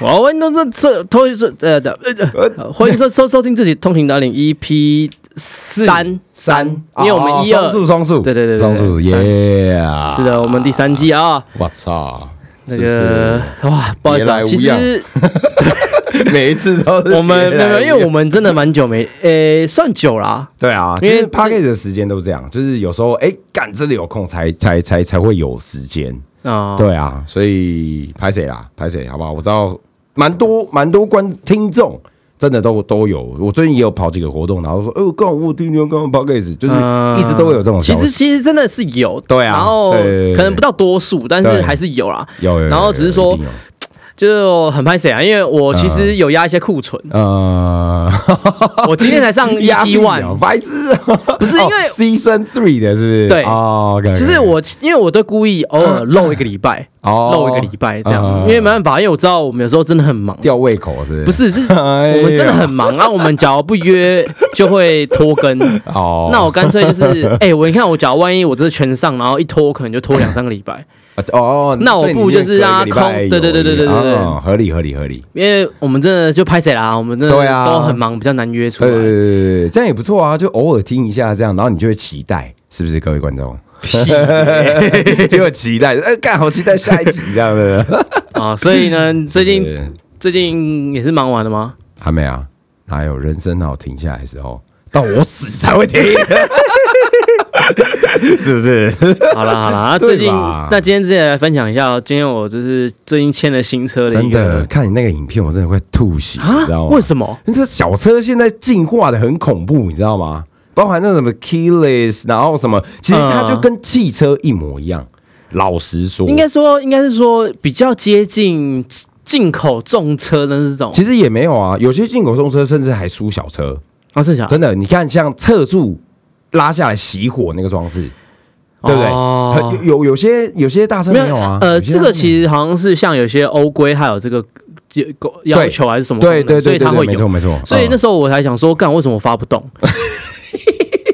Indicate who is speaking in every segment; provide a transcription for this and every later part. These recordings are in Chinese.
Speaker 1: 好，欢迎收这偷这呃的呃，欢迎收收收听自己通勤达理 EP 三三，因为我们一二
Speaker 2: 哦双数双数，
Speaker 1: 对对对对
Speaker 2: 双数
Speaker 1: 三
Speaker 2: 耶！
Speaker 1: 是的，我们第三季啊，
Speaker 2: 我操，
Speaker 1: 那
Speaker 2: 啊是不是
Speaker 1: 个哇，不好意思啊，
Speaker 2: 别来无
Speaker 1: 其实
Speaker 2: 每一次都 是
Speaker 1: 我们
Speaker 2: 别
Speaker 1: 没有，
Speaker 2: 来
Speaker 1: 因为
Speaker 2: 无恙
Speaker 1: 我们真的蛮久没，呃，算久啦，
Speaker 2: 对啊，
Speaker 1: 因
Speaker 2: 因
Speaker 1: 为
Speaker 2: 为
Speaker 1: 这
Speaker 2: p a c k a g e 的时间都这样，就是有时候哎，干真的有空才才才才会有时间，
Speaker 1: 啊，
Speaker 2: 对啊，所以拍谁啦？拍谁好不好？我知道蛮多蛮多观听众。真的都都有，我最近也有跑几个活动，然后说，哦，刚好我有听你们刚刚 p o d c a s 就是
Speaker 1: 嗯
Speaker 2: 一直都会有这种消
Speaker 1: 其
Speaker 2: 息。
Speaker 1: 实其实真的是有，
Speaker 2: 对啊
Speaker 1: 然后
Speaker 2: 对对对对
Speaker 1: 可能不到多数，但是
Speaker 2: 对
Speaker 1: 还是有啦，
Speaker 2: 有有有，
Speaker 1: 然后只是说
Speaker 2: 有一定有
Speaker 1: 就是我很拍谁啊，因为我其实有压一些库存，
Speaker 2: 呃，
Speaker 1: 我今天才上一
Speaker 2: 哦 压力啊
Speaker 1: one，
Speaker 2: 白痴哦，
Speaker 1: 不是因为
Speaker 2: 哦 season three 的，是不是？
Speaker 1: 对
Speaker 2: 哦，OK，OK，OK，
Speaker 1: 就是我因为我都故意偶
Speaker 2: 嗯
Speaker 1: 尔漏一个礼拜，
Speaker 2: 哦
Speaker 1: 漏一个礼拜这样，
Speaker 2: 嗯嗯嗯
Speaker 1: 因为没办法，因为我知道我们有时候真的很忙，
Speaker 2: 吊胃口，是不是？
Speaker 1: 不是，是
Speaker 2: 哎呀
Speaker 1: 我们真的很忙，然后我们假如不约就会拖更。
Speaker 2: 哦，
Speaker 1: 那我干脆就是，哎、我你看我假如万一我真的全上，然后一拖可能就拖两三个礼拜，
Speaker 2: 哦，
Speaker 1: 那我
Speaker 2: 所以你
Speaker 1: 不如就是让它
Speaker 2: 隔一个礼拜
Speaker 1: 空
Speaker 2: 有
Speaker 1: 对对对对对对对
Speaker 2: 哦合理合理合理，
Speaker 1: 因为我们真的就拍谁啦，我们真的
Speaker 2: 对啊
Speaker 1: 都很忙，比较难约出
Speaker 2: 对
Speaker 1: 来。
Speaker 2: 对对对对，这样也不错啊，就偶尔听一下这样，然后你就会期待，是不是各位观众？
Speaker 1: 屁
Speaker 2: 就有期待，哎，干好期待下一集这样的。
Speaker 1: 啊！所以呢，最近
Speaker 2: 是
Speaker 1: 最近也是忙完了吗？
Speaker 2: 还没啊，哪有人生哪有停下来的时候？到我死才会停，是不是？
Speaker 1: 好啦好啦，那
Speaker 2: 对
Speaker 1: 最近
Speaker 2: 吧
Speaker 1: 那今天之前来分享一下，今天我就是最近签了新车的
Speaker 2: 真
Speaker 1: 一个
Speaker 2: 的，看你那个影片，我真的快吐血，你知道
Speaker 1: 啊，
Speaker 2: 吗？
Speaker 1: 为什么？
Speaker 2: 这小车现在进化的很恐怖，你知道吗？包含那什么 keyless，然后什么，其实它就跟汽车一模一样。老实说，
Speaker 1: 嗯应该说应该是说比较接近进口重车的那种，
Speaker 2: 其实也没有啊，有些进口中车甚至还输小车，
Speaker 1: 啊是假的
Speaker 2: 真的。你看，像侧柱拉下来熄火那个装置，对不对？
Speaker 1: 哦
Speaker 2: 很有有有些有些大车没有啊，
Speaker 1: 呃，
Speaker 2: 有
Speaker 1: 这
Speaker 2: 些大车
Speaker 1: 个其实好像是像有些欧规还有这个要求还是什么功
Speaker 2: 对
Speaker 1: 能，
Speaker 2: 对
Speaker 1: 所
Speaker 2: 对
Speaker 1: 以
Speaker 2: 对
Speaker 1: 它
Speaker 2: 对，
Speaker 1: 会
Speaker 2: 没错
Speaker 1: 有。
Speaker 2: 没错。
Speaker 1: 所以那
Speaker 2: 嗯
Speaker 1: 时候我才想说，干为什么我发不 动？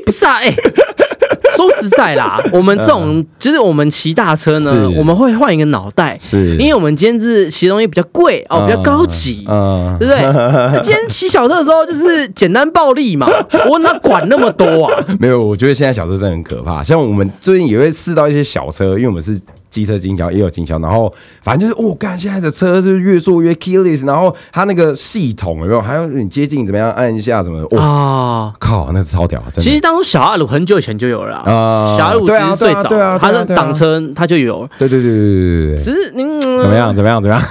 Speaker 1: 不是啊，哎、说实在 啦，我们这种、就是我们骑大车呢，
Speaker 2: 嗯是
Speaker 1: 我们会换一个脑袋，
Speaker 2: 是
Speaker 1: 因为我们今天是骑东西比较贵哦，比较高级。
Speaker 2: 嗯
Speaker 1: 对不对？那今天骑小车的时候就是简单暴力嘛， 我哪管那么多啊？
Speaker 2: 没有，我觉得现在小车真的很可怕。像我们最近也会试到一些小车，因为我们是机车经销，也有经销。然后反正就是，哦，干现在的车是越做越 keyless，然后它那个系统有没有，还有你接近怎么样按一下什么的，哦，
Speaker 1: 啊，
Speaker 2: 靠，那是超屌，真的。
Speaker 1: 其实当初小阿鲁很久以前就有了啊，
Speaker 2: 啊
Speaker 1: 小阿鲁其
Speaker 2: 对
Speaker 1: 实
Speaker 2: 啊
Speaker 1: 是最
Speaker 2: 对
Speaker 1: 早，
Speaker 2: 啊对啊
Speaker 1: 他
Speaker 2: 对啊
Speaker 1: 的
Speaker 2: 对啊
Speaker 1: 挡车他就有，
Speaker 2: 对对对对对对对，
Speaker 1: 只是嗯
Speaker 2: 怎么样？怎么样？怎么样？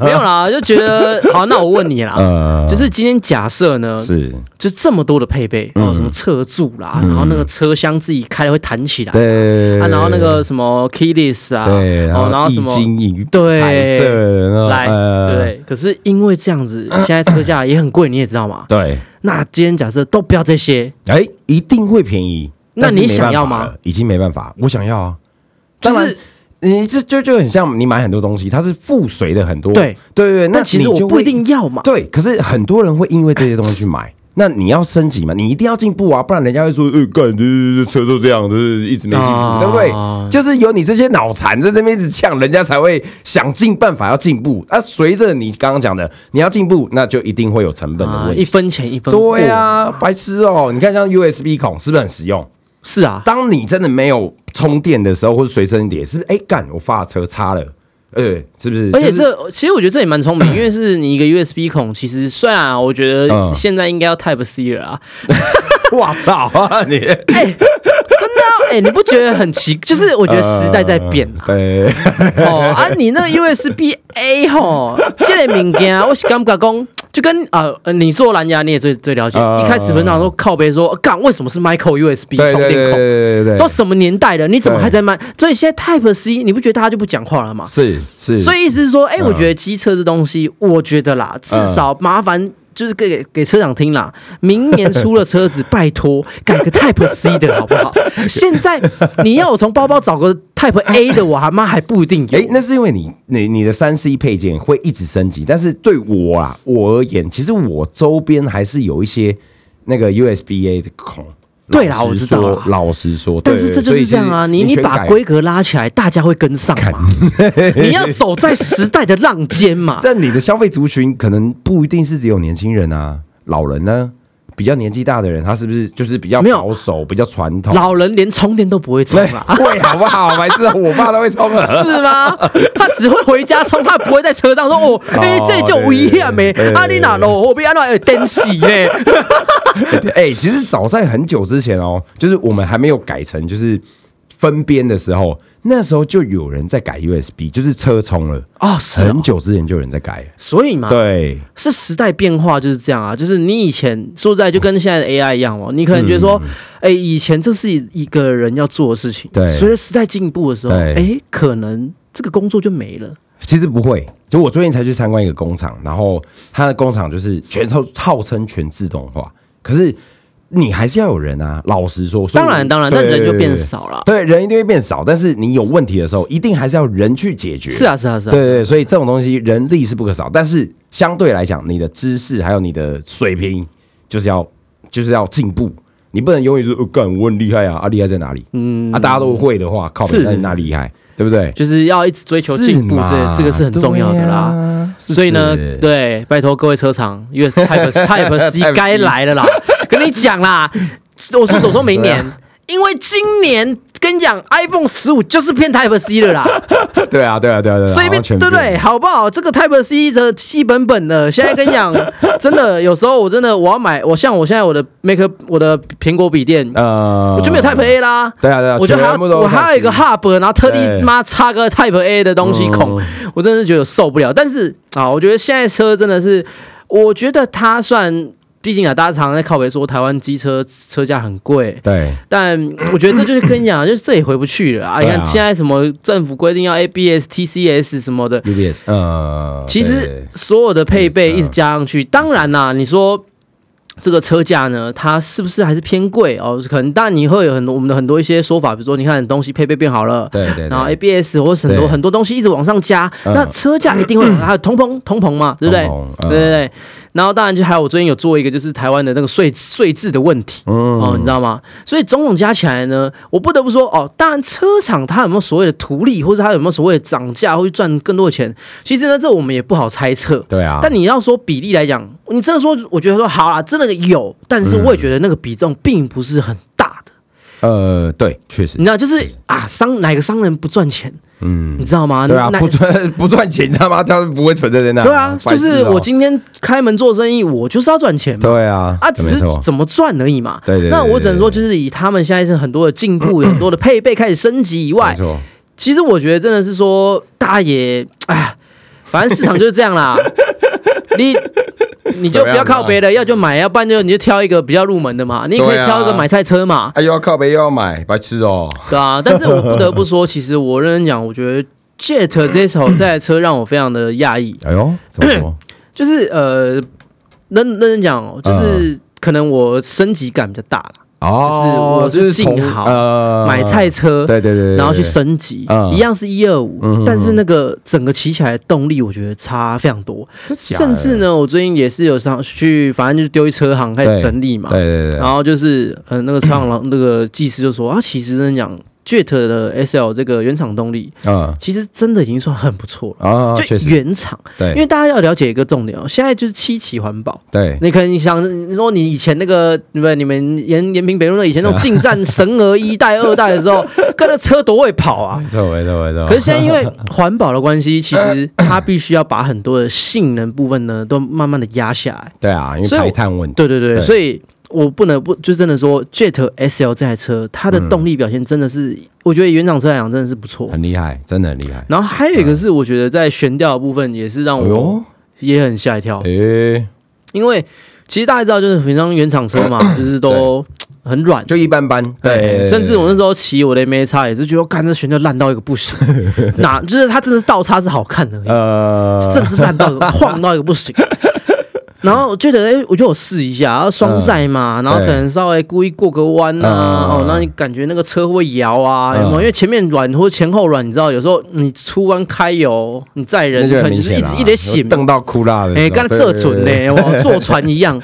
Speaker 1: 没有啦，就觉 得好，那我问你啦，
Speaker 2: 呃，
Speaker 1: 啊就是啊今天假设呢，
Speaker 2: 是，嗯
Speaker 1: 就这么多的配备，哦，什么侧柱啦，然后那个车厢自己开会弹起来，
Speaker 2: 对
Speaker 1: 啊，然后那个什么 keyless 啊，
Speaker 2: 对，
Speaker 1: 哦，然后
Speaker 2: 易
Speaker 1: 什么
Speaker 2: 经易
Speaker 1: 对
Speaker 2: 彩色的那种
Speaker 1: 来，
Speaker 2: 呃
Speaker 1: 对，可是因为这样 子，现在车价也很贵，你也知道嘛。
Speaker 2: 对，
Speaker 1: 那今天假设都不要这些，
Speaker 2: 哎，一定会便宜。
Speaker 1: 那你
Speaker 2: 但是没办
Speaker 1: 想要
Speaker 2: 法
Speaker 1: 吗
Speaker 2: 了？已经没办法，我想要啊。
Speaker 1: 就
Speaker 2: 当然
Speaker 1: 是
Speaker 2: 你这就就很像你买很多东西，它是附随的很多，
Speaker 1: 对
Speaker 2: 对对，那
Speaker 1: 但其实
Speaker 2: 你
Speaker 1: 我
Speaker 2: 就
Speaker 1: 不
Speaker 2: 会
Speaker 1: 一定要嘛。
Speaker 2: 对，可是很多人会因为这些东西去买。 那你要升级嘛？你一定要进步啊，不然人家会说，呃，干这这车都这样，就是一直没进步，
Speaker 1: 啊
Speaker 2: 对不对？就是有你这些脑残在那边一直呛，人家才会想尽办法要进步。那、随着你刚刚讲的，你要进步，那就一定会有成本的
Speaker 1: 啊，
Speaker 2: 问
Speaker 1: 一
Speaker 2: 题。
Speaker 1: 分钱一分货。
Speaker 2: 对啊，白痴哦！你看像 USB 孔是不是很实用？
Speaker 1: 是啊，
Speaker 2: 当你真的没有充电的时候，或者随身碟，是不是？哎，干，我发车插了，呃，是不是？
Speaker 1: 而且
Speaker 2: 就是
Speaker 1: 这其实我觉得这也蛮 聪明，因为是你一个 USB 孔，其实虽然啊，我觉得
Speaker 2: 嗯
Speaker 1: 现在应该要 Type C 了 啊，
Speaker 2: 我操啊，你
Speaker 1: 哎、真的啊、哎、你不觉得很奇？就是我觉得时代在变啊，
Speaker 2: 呃对，嗯
Speaker 1: 哦啊，你那个 USB A 吼，这类物件我是感觉讲，就跟啊、呃你做蓝牙你也最最了解，
Speaker 2: 嗯
Speaker 1: 一开始文章都靠背说，呃干为什么是 micro USB
Speaker 2: 对
Speaker 1: 充
Speaker 2: 对
Speaker 1: 电
Speaker 2: 对
Speaker 1: 孔？
Speaker 2: 对对
Speaker 1: 都
Speaker 2: 对，
Speaker 1: 什么年代了，你怎么还在卖？所以现在 Type C，你不觉得大家就不讲话了吗？
Speaker 2: 是嗯是，
Speaker 1: 所
Speaker 2: 以
Speaker 1: 以意思是说，哎、我觉得机车这东西，我觉得
Speaker 2: 嗯
Speaker 1: 啦，至少麻烦就是给给给车长听啦，明年出了车子，拜托改个 Type C 的好不 好？现在你要我从包包找个 Type A 的，我他妈还不一定有。
Speaker 2: 哎，那是因为你你你的三 C 配件会一直升级，但是对我啊，我而言，其实我周边还是有一些那个 USB A 的孔。
Speaker 1: 对啦
Speaker 2: 老实
Speaker 1: 我知道
Speaker 2: 说
Speaker 1: 啦
Speaker 2: 老实说，
Speaker 1: 但
Speaker 2: 对
Speaker 1: 是这就
Speaker 2: 所以
Speaker 1: 是
Speaker 2: 其
Speaker 1: 这样啊，
Speaker 2: 实
Speaker 1: 你你
Speaker 2: 全
Speaker 1: 把
Speaker 2: 改
Speaker 1: 规格拉起来，大家会跟上 嘛。你要走在时代的浪尖 嘛。
Speaker 2: 但你的消费族群可能不一定是只有年轻人啊，老人呢，比较年纪大的人，他是不是就是比较
Speaker 1: 没有
Speaker 2: 保守、比较传统？
Speaker 1: 老人连充电都不会充啊
Speaker 2: 对
Speaker 1: 啦，
Speaker 2: 会好不好？白痴，我爸都会冲啊 了。
Speaker 1: 是吗？他只会回家充，他不会在车上说哦，哎，这就危险没
Speaker 2: 对对对对？
Speaker 1: 啊，你哪咯？我被安娜哎电死 嘞！
Speaker 2: 哎、其实早在很久之前哦，就是我们还没有改成就是分边的时候，那时候就有人在改 USB，就是车充了。
Speaker 1: 哦，是哦啊
Speaker 2: 很久之前就有人在改，
Speaker 1: 所以嘛，
Speaker 2: 啊对，
Speaker 1: 是时代变化就是这样啊，就是你以前说实在就跟现在的 AI 一样哦，你可能觉得说，哎、以前这是一个人要做的事情，
Speaker 2: 嗯对
Speaker 1: 随着时代进步的时候，
Speaker 2: 对
Speaker 1: 哎，可能这个工作就没了。
Speaker 2: 其实不会，就我最近才去参观一个工厂，然后它的工厂就是全号号称全自动化，可是你还是要有人啊。老实说，所以
Speaker 1: 当然，当然，
Speaker 2: 对
Speaker 1: 但人就
Speaker 2: 对
Speaker 1: 变少了。
Speaker 2: 对，人一定会变少，但是你有问题的时候，一定还是要人去解决。
Speaker 1: 是啊，是啊，是啊。
Speaker 2: 对对，对所以这种东西人力是不可少，但是相对来讲，你的知识还有你的水平，就是要就是要进步。你不能永远说，呃干、我很厉害啊，啊，厉害在哪里？嗯，啊，大家都会的话，靠，
Speaker 1: 是
Speaker 2: 那那厉害，对不对？
Speaker 1: 就是要一直追求
Speaker 2: 是
Speaker 1: 进步，
Speaker 2: 嘛
Speaker 1: 这这个是很重要的啦。
Speaker 2: 对啊是不是
Speaker 1: 所以呢，对，拜托各位车厂，因为 Type Type C 该来了啦，跟你讲啦，我说我说明 年，
Speaker 2: 啊
Speaker 1: 因为今年跟你讲 iPhone 十五就是偏 Type C 了啦。
Speaker 2: 对啊，对啊，对啊，对啊，
Speaker 1: 所以
Speaker 2: 好
Speaker 1: 被
Speaker 2: 像全
Speaker 1: 对不对？
Speaker 2: 变？
Speaker 1: 好不好？这个 Type C 的气本本的，现在跟你 讲，真的有时候我真的我要买，我像我现在我的 Mac 我的苹果笔电，
Speaker 2: 呃，
Speaker 1: 我就没有 Type A 啦。
Speaker 2: 对啊，对啊，
Speaker 1: 我觉得还
Speaker 2: 全部都
Speaker 1: 我还有一个 Hub，然后特地
Speaker 2: 对哦
Speaker 1: 妈插个 Type A 的东西孔，我真的是觉得受不了。但是啊，我觉得现在车真的是，我觉得它算。毕竟啊，大家常常在靠北说台湾机车车价很贵，
Speaker 2: 对，
Speaker 1: 但我觉得这就是跟你讲，就是这也回不去了啊！你
Speaker 2: 对啊
Speaker 1: 看现在什么政府规定要 ABS、TCS 什么的，
Speaker 2: UBS，呃，
Speaker 1: 其实
Speaker 2: 对
Speaker 1: 所有的配备
Speaker 2: 嗯
Speaker 1: 一直加上去，当然啦，你说。这个车价呢，它是不是还是偏贵哦？可能，但你会有很多我们的很多一些说法，比如说，你看东西配备变好了，
Speaker 2: 对对，
Speaker 1: 然后哎
Speaker 2: 对
Speaker 1: ABS 或是很多
Speaker 2: 对
Speaker 1: 很多东西一直往上加，
Speaker 2: 嗯
Speaker 1: 那车价一定会往上还有通膨通膨嘛，对不对
Speaker 2: 通
Speaker 1: 对
Speaker 2: 膨？嗯
Speaker 1: 对对。然后当然就还有我最近有做一个就是台湾的那个税税制的问
Speaker 2: 嗯
Speaker 1: 题，哦，你知道吗？所以种种加起来呢，我不得不说哦，当然车厂它有没有所谓的图利，或者它有没有所谓的涨价，或者赚更多的钱，其实呢这我们也不好猜测。
Speaker 2: 对啊，
Speaker 1: 但你要说比例来讲，你真的说，我觉得说好啦，真的有，但是我也觉得那个比重并不是很大的。
Speaker 2: 呃，对，确实
Speaker 1: 你，知道，就是啊，商哪个商人不赚钱，嗯，你知道吗？
Speaker 2: 对啊，
Speaker 1: 哪
Speaker 2: 不赚 不赚钱，他妈他不会存在在那，
Speaker 1: 对啊，
Speaker 2: 白
Speaker 1: 就
Speaker 2: 痴
Speaker 1: 是
Speaker 2: 哦
Speaker 1: 我今天开门做生意，我就是要赚钱嘛。
Speaker 2: 对啊，
Speaker 1: 啊，只
Speaker 2: 没
Speaker 1: 是
Speaker 2: 错，
Speaker 1: 怎么赚而已嘛。
Speaker 2: 对对对
Speaker 1: 那我只能说，就是以他们现在是很多的进 步，有很多的配备开始升级以
Speaker 2: 没
Speaker 1: 外，
Speaker 2: 错，
Speaker 1: 其实我觉得真的是说，大家也哎呀，反正市场就是这样 啦。你你就不要靠别的，要就买，要不然就你就挑一个比较入门的嘛。你也可以
Speaker 2: 啊对啊
Speaker 1: 挑一个买菜车嘛，
Speaker 2: 哎，又要靠背又要买，白痴哦，
Speaker 1: 对 啊。但是我不得不说，其实我认真讲，我觉得 Jet 这首这台车让我非常的讶异。
Speaker 2: 哎呦，怎
Speaker 1: 嗯
Speaker 2: 么说？
Speaker 1: 就是呃，认认真讲哦，
Speaker 2: 嗯
Speaker 1: 就是可能我升级感比较大啦，
Speaker 2: 哦，
Speaker 1: 就是我是
Speaker 2: 从
Speaker 1: 进好
Speaker 2: 呃
Speaker 1: 买菜车，
Speaker 2: 对，对对对，
Speaker 1: 然后去升级，
Speaker 2: 嗯
Speaker 1: 一样是一二五，但是那个整个骑起来的动力，我觉得差非常多，
Speaker 2: 对，
Speaker 1: 甚至
Speaker 2: 呢，
Speaker 1: 呢，我最近也是有上去，反正就丢一车行开始整理嘛，
Speaker 2: 对对对
Speaker 1: 然，后就是呃那个车行老那个技师就说啊，其实真的讲 Jet 的 SL 这个原厂动力，
Speaker 2: 嗯
Speaker 1: 其实真的已经算很不错了。
Speaker 2: 啊，确
Speaker 1: 就
Speaker 2: 实，
Speaker 1: 原厂，
Speaker 2: 对，
Speaker 1: 因为大家要了解一个重点哦，现在就是七期环保，
Speaker 2: 对
Speaker 1: 你可能想你说你以前那个对不对？你们延延平北路那以前那
Speaker 2: 啊
Speaker 1: 种近战神鹅一代、二代的 时候，跟那车多会跑啊！
Speaker 2: 没错没错没错，
Speaker 1: 可是现在因为环保的关系，其实它必须要把很多的性能部分呢，都慢慢的压下来。
Speaker 2: 对啊，因为
Speaker 1: 所以我
Speaker 2: 排碳问题，
Speaker 1: 对对对，
Speaker 2: 对
Speaker 1: 所以我不能不就真的说，Jet SL 这台车它的动力表现真的是，我觉得原厂车来讲真的是不错。
Speaker 2: 很厉害，真的很厉害。
Speaker 1: 然后还有一个是，我觉得在悬吊的部分也是让
Speaker 2: 哎
Speaker 1: 我哦
Speaker 2: 呦，哎
Speaker 1: 也很吓一跳。
Speaker 2: 诶，
Speaker 1: 因为其实大家知道，就是平常原厂 车嘛，就是都很软。
Speaker 2: 就一般般，对，
Speaker 1: 甚至我那时候骑我的 M A 啊叉也是觉得，哦干这悬吊烂到一个不 行，哪就是它真的是倒叉是好看的，
Speaker 2: 呃，
Speaker 1: 真的是烂到一个 晃到一个不行。然后我觉得，哎、我就有试一下，然后双载嘛，然后可能稍微故意过个弯啊，
Speaker 2: 嗯
Speaker 1: 哦，那你感觉那个车会摇啊，
Speaker 2: 嗯
Speaker 1: 有没有？因为前面软或前后软，你知道，有时候你出弯开油，你载人，
Speaker 2: 那
Speaker 1: 你
Speaker 2: 就
Speaker 1: 可
Speaker 2: 很
Speaker 1: 能
Speaker 2: 明
Speaker 1: 就是一
Speaker 2: 显
Speaker 1: 直
Speaker 2: 啦
Speaker 1: 一直醒
Speaker 2: 有瞪到哭啦的时候，
Speaker 1: 哎，刚才这准
Speaker 2: 对
Speaker 1: 呢，我坐船一样。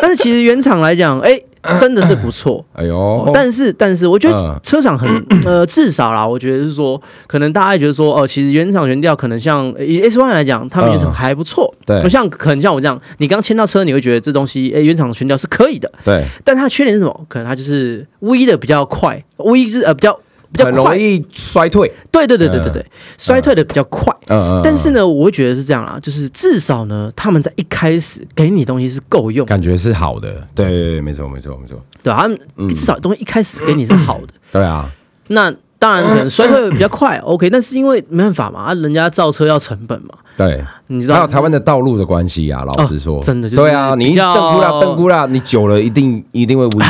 Speaker 1: 但是其实原厂来讲，哎，真的是不错。
Speaker 2: 哎呦，
Speaker 1: 哦但是，但是，我觉
Speaker 2: 嗯
Speaker 1: 得车厂 很、呃，至少啦，我觉得是说，可能大家觉得说，哦、其实原厂原调可能像呃以 S One 来讲，他们原厂
Speaker 2: 嗯
Speaker 1: 还不错。
Speaker 2: 对
Speaker 1: 不像可能像我这样，你刚签到车，你会觉得这东西，哎、原厂悬吊是可以的，
Speaker 2: 对，
Speaker 1: 但它的缺点是什么？可能它就是 V 的比较快，V 就是呃比较比较
Speaker 2: 很容
Speaker 1: 快，
Speaker 2: 易衰退。
Speaker 1: 对对对对对对，衰退的比较快。
Speaker 2: 嗯嗯，嗯
Speaker 1: 但是呢，我会觉得是这样啦，就是至少呢，他们在一开始给你东西是够用的，
Speaker 2: 感觉是好的，对对对，没错没错没错，
Speaker 1: 对吧、他们至少东西一开始给你是好的。
Speaker 2: 对啊，
Speaker 1: 那当然可能衰退比较快，OK，但是因为没办法嘛，啊人家造车要成本嘛，
Speaker 2: 对。
Speaker 1: 你知
Speaker 2: 还有
Speaker 1: 道。
Speaker 2: 台湾的道路的关系啊，老实说，
Speaker 1: 真的就是
Speaker 2: 对啊，你一
Speaker 1: 比
Speaker 2: 直
Speaker 1: 较
Speaker 2: 邓姑啦邓姑啦，你久了一定一定会问题。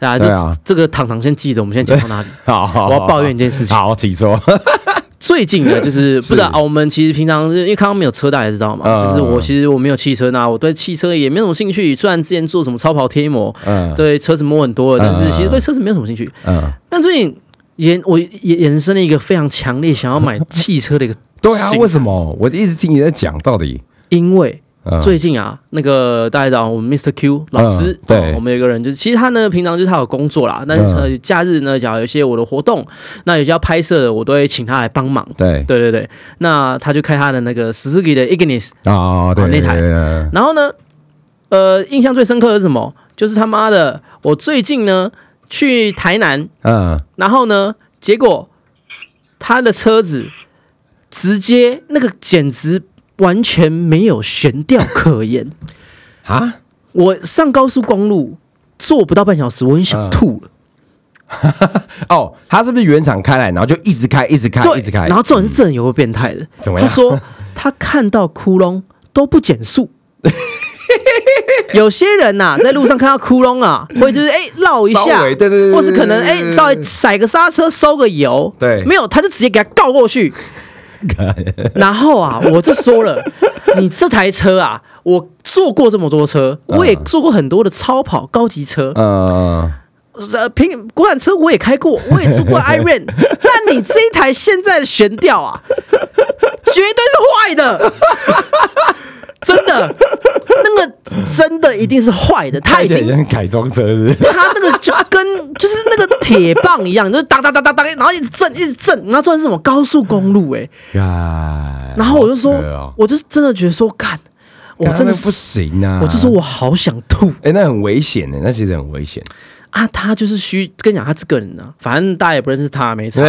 Speaker 1: 啊，
Speaker 2: 对
Speaker 1: 这、
Speaker 2: 啊
Speaker 1: 这个糖糖先记着，我们现在讲到哪 里？
Speaker 2: 好，好
Speaker 1: 我要抱怨一件事情
Speaker 2: 好，好请说。
Speaker 1: 最近呢， 就是不
Speaker 2: 是
Speaker 1: 知道啊，我们其实平常因为康康没有车，大家也知道嘛，
Speaker 2: 嗯
Speaker 1: 就是我其实我没有汽车那我对汽车也没什么兴趣。虽然之前做什么超跑贴膜，
Speaker 2: 嗯，
Speaker 1: 对车子摸很多了，但
Speaker 2: 嗯
Speaker 1: 是
Speaker 2: 嗯
Speaker 1: 其实对车子没有什么兴趣。
Speaker 2: 嗯，，
Speaker 1: 但最近延我延延伸了一个非常强烈想要买汽车的一个
Speaker 2: 对啊，为什
Speaker 1: 么？
Speaker 2: 么？我一直听你在讲，到底
Speaker 1: 因为
Speaker 2: 嗯
Speaker 1: 最近啊，那个大家知道我们 Mr. Q 老师，
Speaker 2: 嗯对
Speaker 1: 哦我们有一个人就是，其实他呢平常就是他有工作啦，但是、
Speaker 2: 嗯
Speaker 1: 呃假日呢，假如有一些我的活动，那有些要拍摄的，我都会请他来帮忙。
Speaker 2: 对
Speaker 1: 对对对，那他就开他的那个 Suzuki 的 Ignis，
Speaker 2: 啊，对
Speaker 1: 啊
Speaker 2: 对
Speaker 1: 那台
Speaker 2: 对对
Speaker 1: 然后呢，呃，印象最深刻的是什么？就是他妈的，我最近呢去台南，
Speaker 2: 嗯，
Speaker 1: 然后呢，结果他的车子直接那个简直完全没有悬吊可言。
Speaker 2: 啊，
Speaker 1: 我上高速公路坐不到半小时，我很
Speaker 2: 嗯
Speaker 1: 想吐了。
Speaker 2: 哦，他是不是原厂开来，然后就一直开，一直开，一直开，嗯
Speaker 1: 然后重点是这人有个变态的，
Speaker 2: 怎么
Speaker 1: 他
Speaker 2: 样
Speaker 1: 说他看到窟窿都不减速。有些人呐、在路上看到窟窿 啊，会就是哎绕、一下，
Speaker 2: 稍微对对对对
Speaker 1: 或是可能
Speaker 2: 对
Speaker 1: 哎、
Speaker 2: 对对
Speaker 1: 稍微踩个刹车收个油，
Speaker 2: 对
Speaker 1: 没有他就直接给他告过 去。然后啊，我就说了， 你这台车啊，我坐过这么多车，我也坐过很多的超跑高级车，
Speaker 2: 嗯，
Speaker 1: 呃，平国产车我也开过，我也租过 Iron，但你这一台现在的悬吊啊， 绝对是坏的， 真的，那个真的一定是坏的，它
Speaker 2: 嗯他
Speaker 1: 已
Speaker 2: 以前
Speaker 1: 经。
Speaker 2: 像改装车是不是？
Speaker 1: 它那个就跟 就是那个铁棒一样，就是哒哒哒哒哒，然后一直震，一直震，然后转是什么高速公路哎、
Speaker 2: 干
Speaker 1: 然后我就说
Speaker 2: 好扯哦，
Speaker 1: 我就是真的觉得说，干，我
Speaker 2: 干
Speaker 1: 真的
Speaker 2: 那
Speaker 1: 是，
Speaker 2: 不行啊，
Speaker 1: 我就说，我好想吐，
Speaker 2: 哎，那很危险的，那其实很危险，
Speaker 1: 啊，他就是虚，跟你讲，他这个人呢、反正大家也不认识他，没差。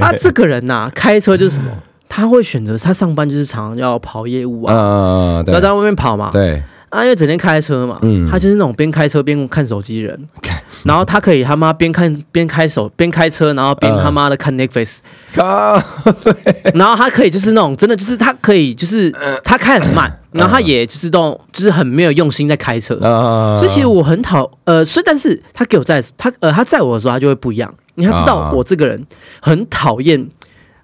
Speaker 1: 啊，这个人呐、开车就是什么？他会选择他上班就是常常要跑业务啊，
Speaker 2: 嗯，
Speaker 1: 所以他在
Speaker 2: 对
Speaker 1: 外面跑嘛。
Speaker 2: 对，嗯
Speaker 1: 啊，因为整天开车嘛，他就是那种边开车边看手机人，然后他可以他妈边看边开手边开车，然后边
Speaker 2: 嗯
Speaker 1: 他妈的看 Netflix，、
Speaker 2: 靠，
Speaker 1: 然后他可以就是那种真的就是他可以就是他开很慢，然后他也就是那种就是很没有用心在开车，
Speaker 2: 嗯
Speaker 1: 所以其实我很讨呃，所以但是他给我在他呃他载我的时候，他就会不一样，因为他知道
Speaker 2: 啊
Speaker 1: 我这个人很讨厌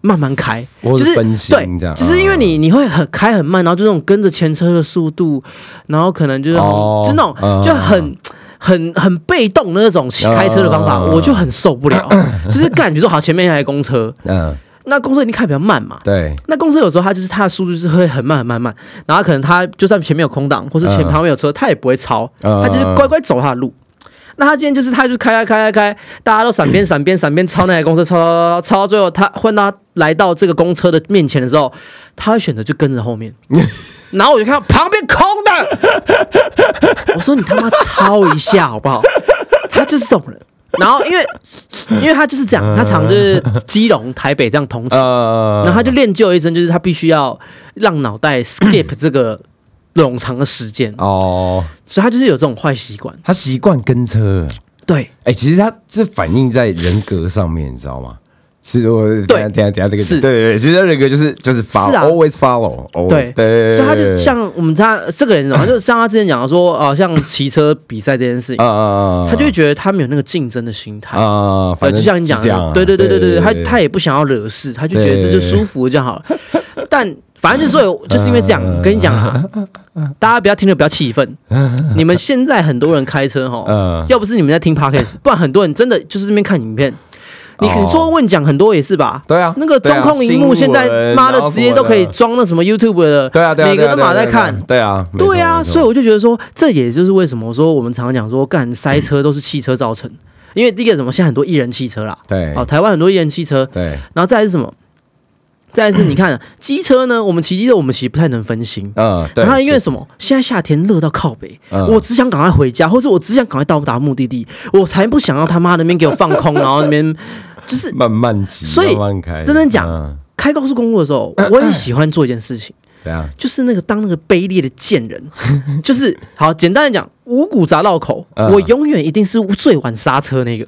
Speaker 1: 慢慢开，
Speaker 2: 我
Speaker 1: 就是是
Speaker 2: 分心
Speaker 1: 对
Speaker 2: 这样，嗯
Speaker 1: 就是因为你你会很开很慢，然后就那种跟着前车的速度，然后可能就是很、
Speaker 2: 哦
Speaker 1: 就那种、
Speaker 2: 啊
Speaker 1: 就很。很很被动的那种骑开车的方法，
Speaker 2: 啊
Speaker 1: 我就很受不 了。就是干，比如说好，前面一台公车，
Speaker 2: 嗯，
Speaker 1: 那公车一定开比较慢嘛，
Speaker 2: 对，
Speaker 1: 那公车有时候它就是它的速度就是会很慢很慢很慢，然后可能它就算前面有空档，或是前
Speaker 2: 嗯
Speaker 1: 旁边有车，它也不会超，
Speaker 2: 嗯
Speaker 1: 它就是乖乖走它的路。那它今天就是它就开开开开开，大家都闪边闪边闪边超那台公车，超超超超到最后它换到它来到这个公车的面前的时候，它会选择就跟着后 面。然后我就看到旁边空的，我说你他妈超一下好不好？他就是这种人。然后因为因为他就是这样，他常就是基隆、台北这样同行。
Speaker 2: 呃
Speaker 1: 然后他就练就一身，就是他必须要让脑袋 skip 这个冗长的时间，
Speaker 2: 哦，
Speaker 1: 所以他就是有这种坏习惯。
Speaker 2: 他习惯跟车，
Speaker 1: 对
Speaker 2: 哎、其实他这反映在人格上面，你知道吗？其实我等一下等一下等一下这个
Speaker 1: 是
Speaker 2: 对对对，其实他人格就是就是 follow
Speaker 1: 是啊
Speaker 2: always follow always
Speaker 1: 对
Speaker 2: 对对，
Speaker 1: 所以他
Speaker 2: 对
Speaker 1: 就像我们他这个人，然后就像他之前讲的说，啊，像骑车比赛这件事
Speaker 2: 啊
Speaker 1: 情，
Speaker 2: 啊啊，
Speaker 1: 他就会觉得他没有那个竞争的心态。
Speaker 2: 啊，
Speaker 1: 对，
Speaker 2: 反
Speaker 1: 就
Speaker 2: 正
Speaker 1: 像你讲
Speaker 2: 是这样
Speaker 1: 的
Speaker 2: 啊，
Speaker 1: 对对对对对，他他
Speaker 2: 也
Speaker 1: 也不想要惹事，他就觉得这就舒服就好了。但反正就是有就是因为这样，
Speaker 2: 嗯
Speaker 1: 我跟你讲 啊，大家不要听得不要气愤。你们现在很多人开车哈哦
Speaker 2: 嗯，
Speaker 1: 要不是你们在听 podcast，不然很多人真的就是那边看影片，你
Speaker 2: 哦
Speaker 1: 你做问奖很多也是吧？
Speaker 2: 对啊
Speaker 1: 那个中控荧幕
Speaker 2: 对啊
Speaker 1: 现在
Speaker 2: 新
Speaker 1: 妈的
Speaker 2: 闻
Speaker 1: 直接都可以
Speaker 2: 然后
Speaker 1: 装那什么 YouTube 的，
Speaker 2: 对啊，对啊，
Speaker 1: 每个都
Speaker 2: 对啊
Speaker 1: 马上在看。
Speaker 2: 对啊，没错
Speaker 1: 对啊，
Speaker 2: 没错
Speaker 1: 所以我就觉得说，这也就是为什么说我们常常讲说，干塞车都是汽车造成，因为第一个什么，现在很多艺人汽车啦，
Speaker 2: 对
Speaker 1: 哦，台湾很多艺人汽车，
Speaker 2: 对
Speaker 1: 然后再来是什么？再来是你看啊机车呢，我们骑机车我们其实不太能分心，
Speaker 2: 嗯，对，
Speaker 1: 然后因为什么？现在夏天热到靠北，
Speaker 2: 嗯
Speaker 1: 我只想赶快回家，或者我只想赶快到达目的地，我才不想要他妈那边给我放 空，然后那边就是
Speaker 2: 慢慢骑，
Speaker 1: 所以
Speaker 2: 慢慢开，
Speaker 1: 真的讲
Speaker 2: 嗯
Speaker 1: 开高速公路的时候，我也喜欢做一件事情，
Speaker 2: 怎样？
Speaker 1: 就是那个当那个卑劣的贱人， 就是好简单的讲，五谷杂道口，
Speaker 2: 嗯
Speaker 1: 我永远一定是最晚刹车那个，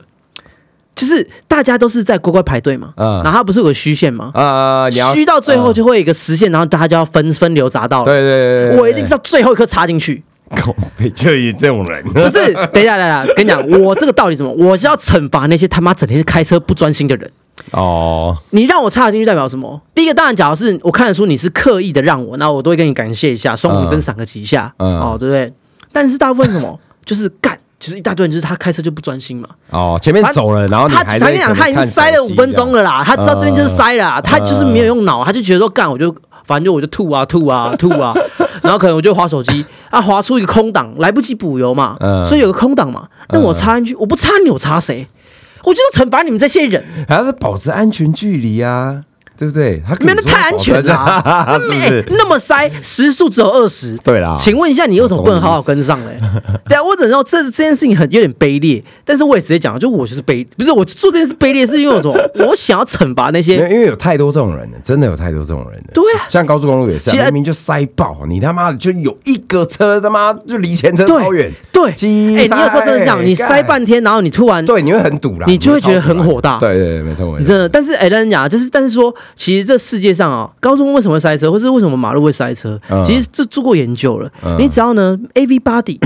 Speaker 1: 就是大家都是在乖乖排队嘛，
Speaker 2: 嗯
Speaker 1: 然后它不是有个虚线吗？
Speaker 2: 啊，你要
Speaker 1: 虚到最后
Speaker 2: 嗯
Speaker 1: 就会有一个实线，然后大家就要分分流匝道了。
Speaker 2: 对对对对，
Speaker 1: 我一定是到最后一刻插进去，
Speaker 2: 口碑就是这种人，
Speaker 1: 不是？等一下，等一下，跟你讲，我这个道理是什么？我就要惩罚那些他妈整天开车不专心的人。
Speaker 2: 哦，
Speaker 1: 你让我插得进去代表什么？第一个当然，假如是我看得出你是刻意的让我，那我都会跟你感谢一下，双红灯闪个几下，
Speaker 2: 嗯
Speaker 1: 哦，对不对？但是大部分什么就是干，就是一大堆人，就是他开车就不专心嘛。
Speaker 2: 哦，前面走了，然后你
Speaker 1: 他
Speaker 2: 还
Speaker 1: 他跟
Speaker 2: 在
Speaker 1: 你讲，他已经塞了五分钟
Speaker 2: 了，
Speaker 1: 了啦，他知道这边就是
Speaker 2: 嗯
Speaker 1: 塞了啦，他就是没有用脑，他就觉得说干，我就反正就我就吐啊吐啊吐啊，然后可能我就划手机啊，划出一个空档，来不及补油嘛，
Speaker 2: 嗯
Speaker 1: 所以有个空档嘛，那我插进去，我不插你，我插谁？我就是惩罚你们这些人。
Speaker 2: 还是保持安全距离啊，对不对？他可以
Speaker 1: 没有，那
Speaker 2: 说
Speaker 1: 太安全了、
Speaker 2: 保持安
Speaker 1: 啊，
Speaker 2: 全 是
Speaker 1: 那么哎
Speaker 2: 不哦是？
Speaker 1: 那么塞，时速只有二十。
Speaker 2: 对啦
Speaker 1: 请问一下，你为什么不能好好跟上嘞？ 对啊，我只能说这这件事情很有点卑劣，但是我也直接讲，就我就是卑，不是我做这件事卑劣，是因为我什么？我想要惩罚那
Speaker 2: 没
Speaker 1: 些
Speaker 2: 有，因为有太多这种人了，真的有太多这种人了。
Speaker 1: 对啊
Speaker 2: 像高速公路也是、啊，
Speaker 1: 其实
Speaker 2: 明明就塞爆，你他妈的就有一个车他妈就离前车超远，
Speaker 1: 对，
Speaker 2: 鸡
Speaker 1: 哎、你有时候真的这样，
Speaker 2: 掰
Speaker 1: 你塞半，天，然后你突然
Speaker 2: 干对，你会很堵啦，
Speaker 1: 你就会
Speaker 2: 超堵啦
Speaker 1: 觉得很火大
Speaker 2: 对对对，没错没
Speaker 1: 你
Speaker 2: 错
Speaker 1: 真。的，但是哎，人讲就是，但是说，其实这世界上啊，高中为什么会塞车，或是为什么马路会塞车，
Speaker 2: 嗯
Speaker 1: 其实这做过研究了。你只要呢，A V body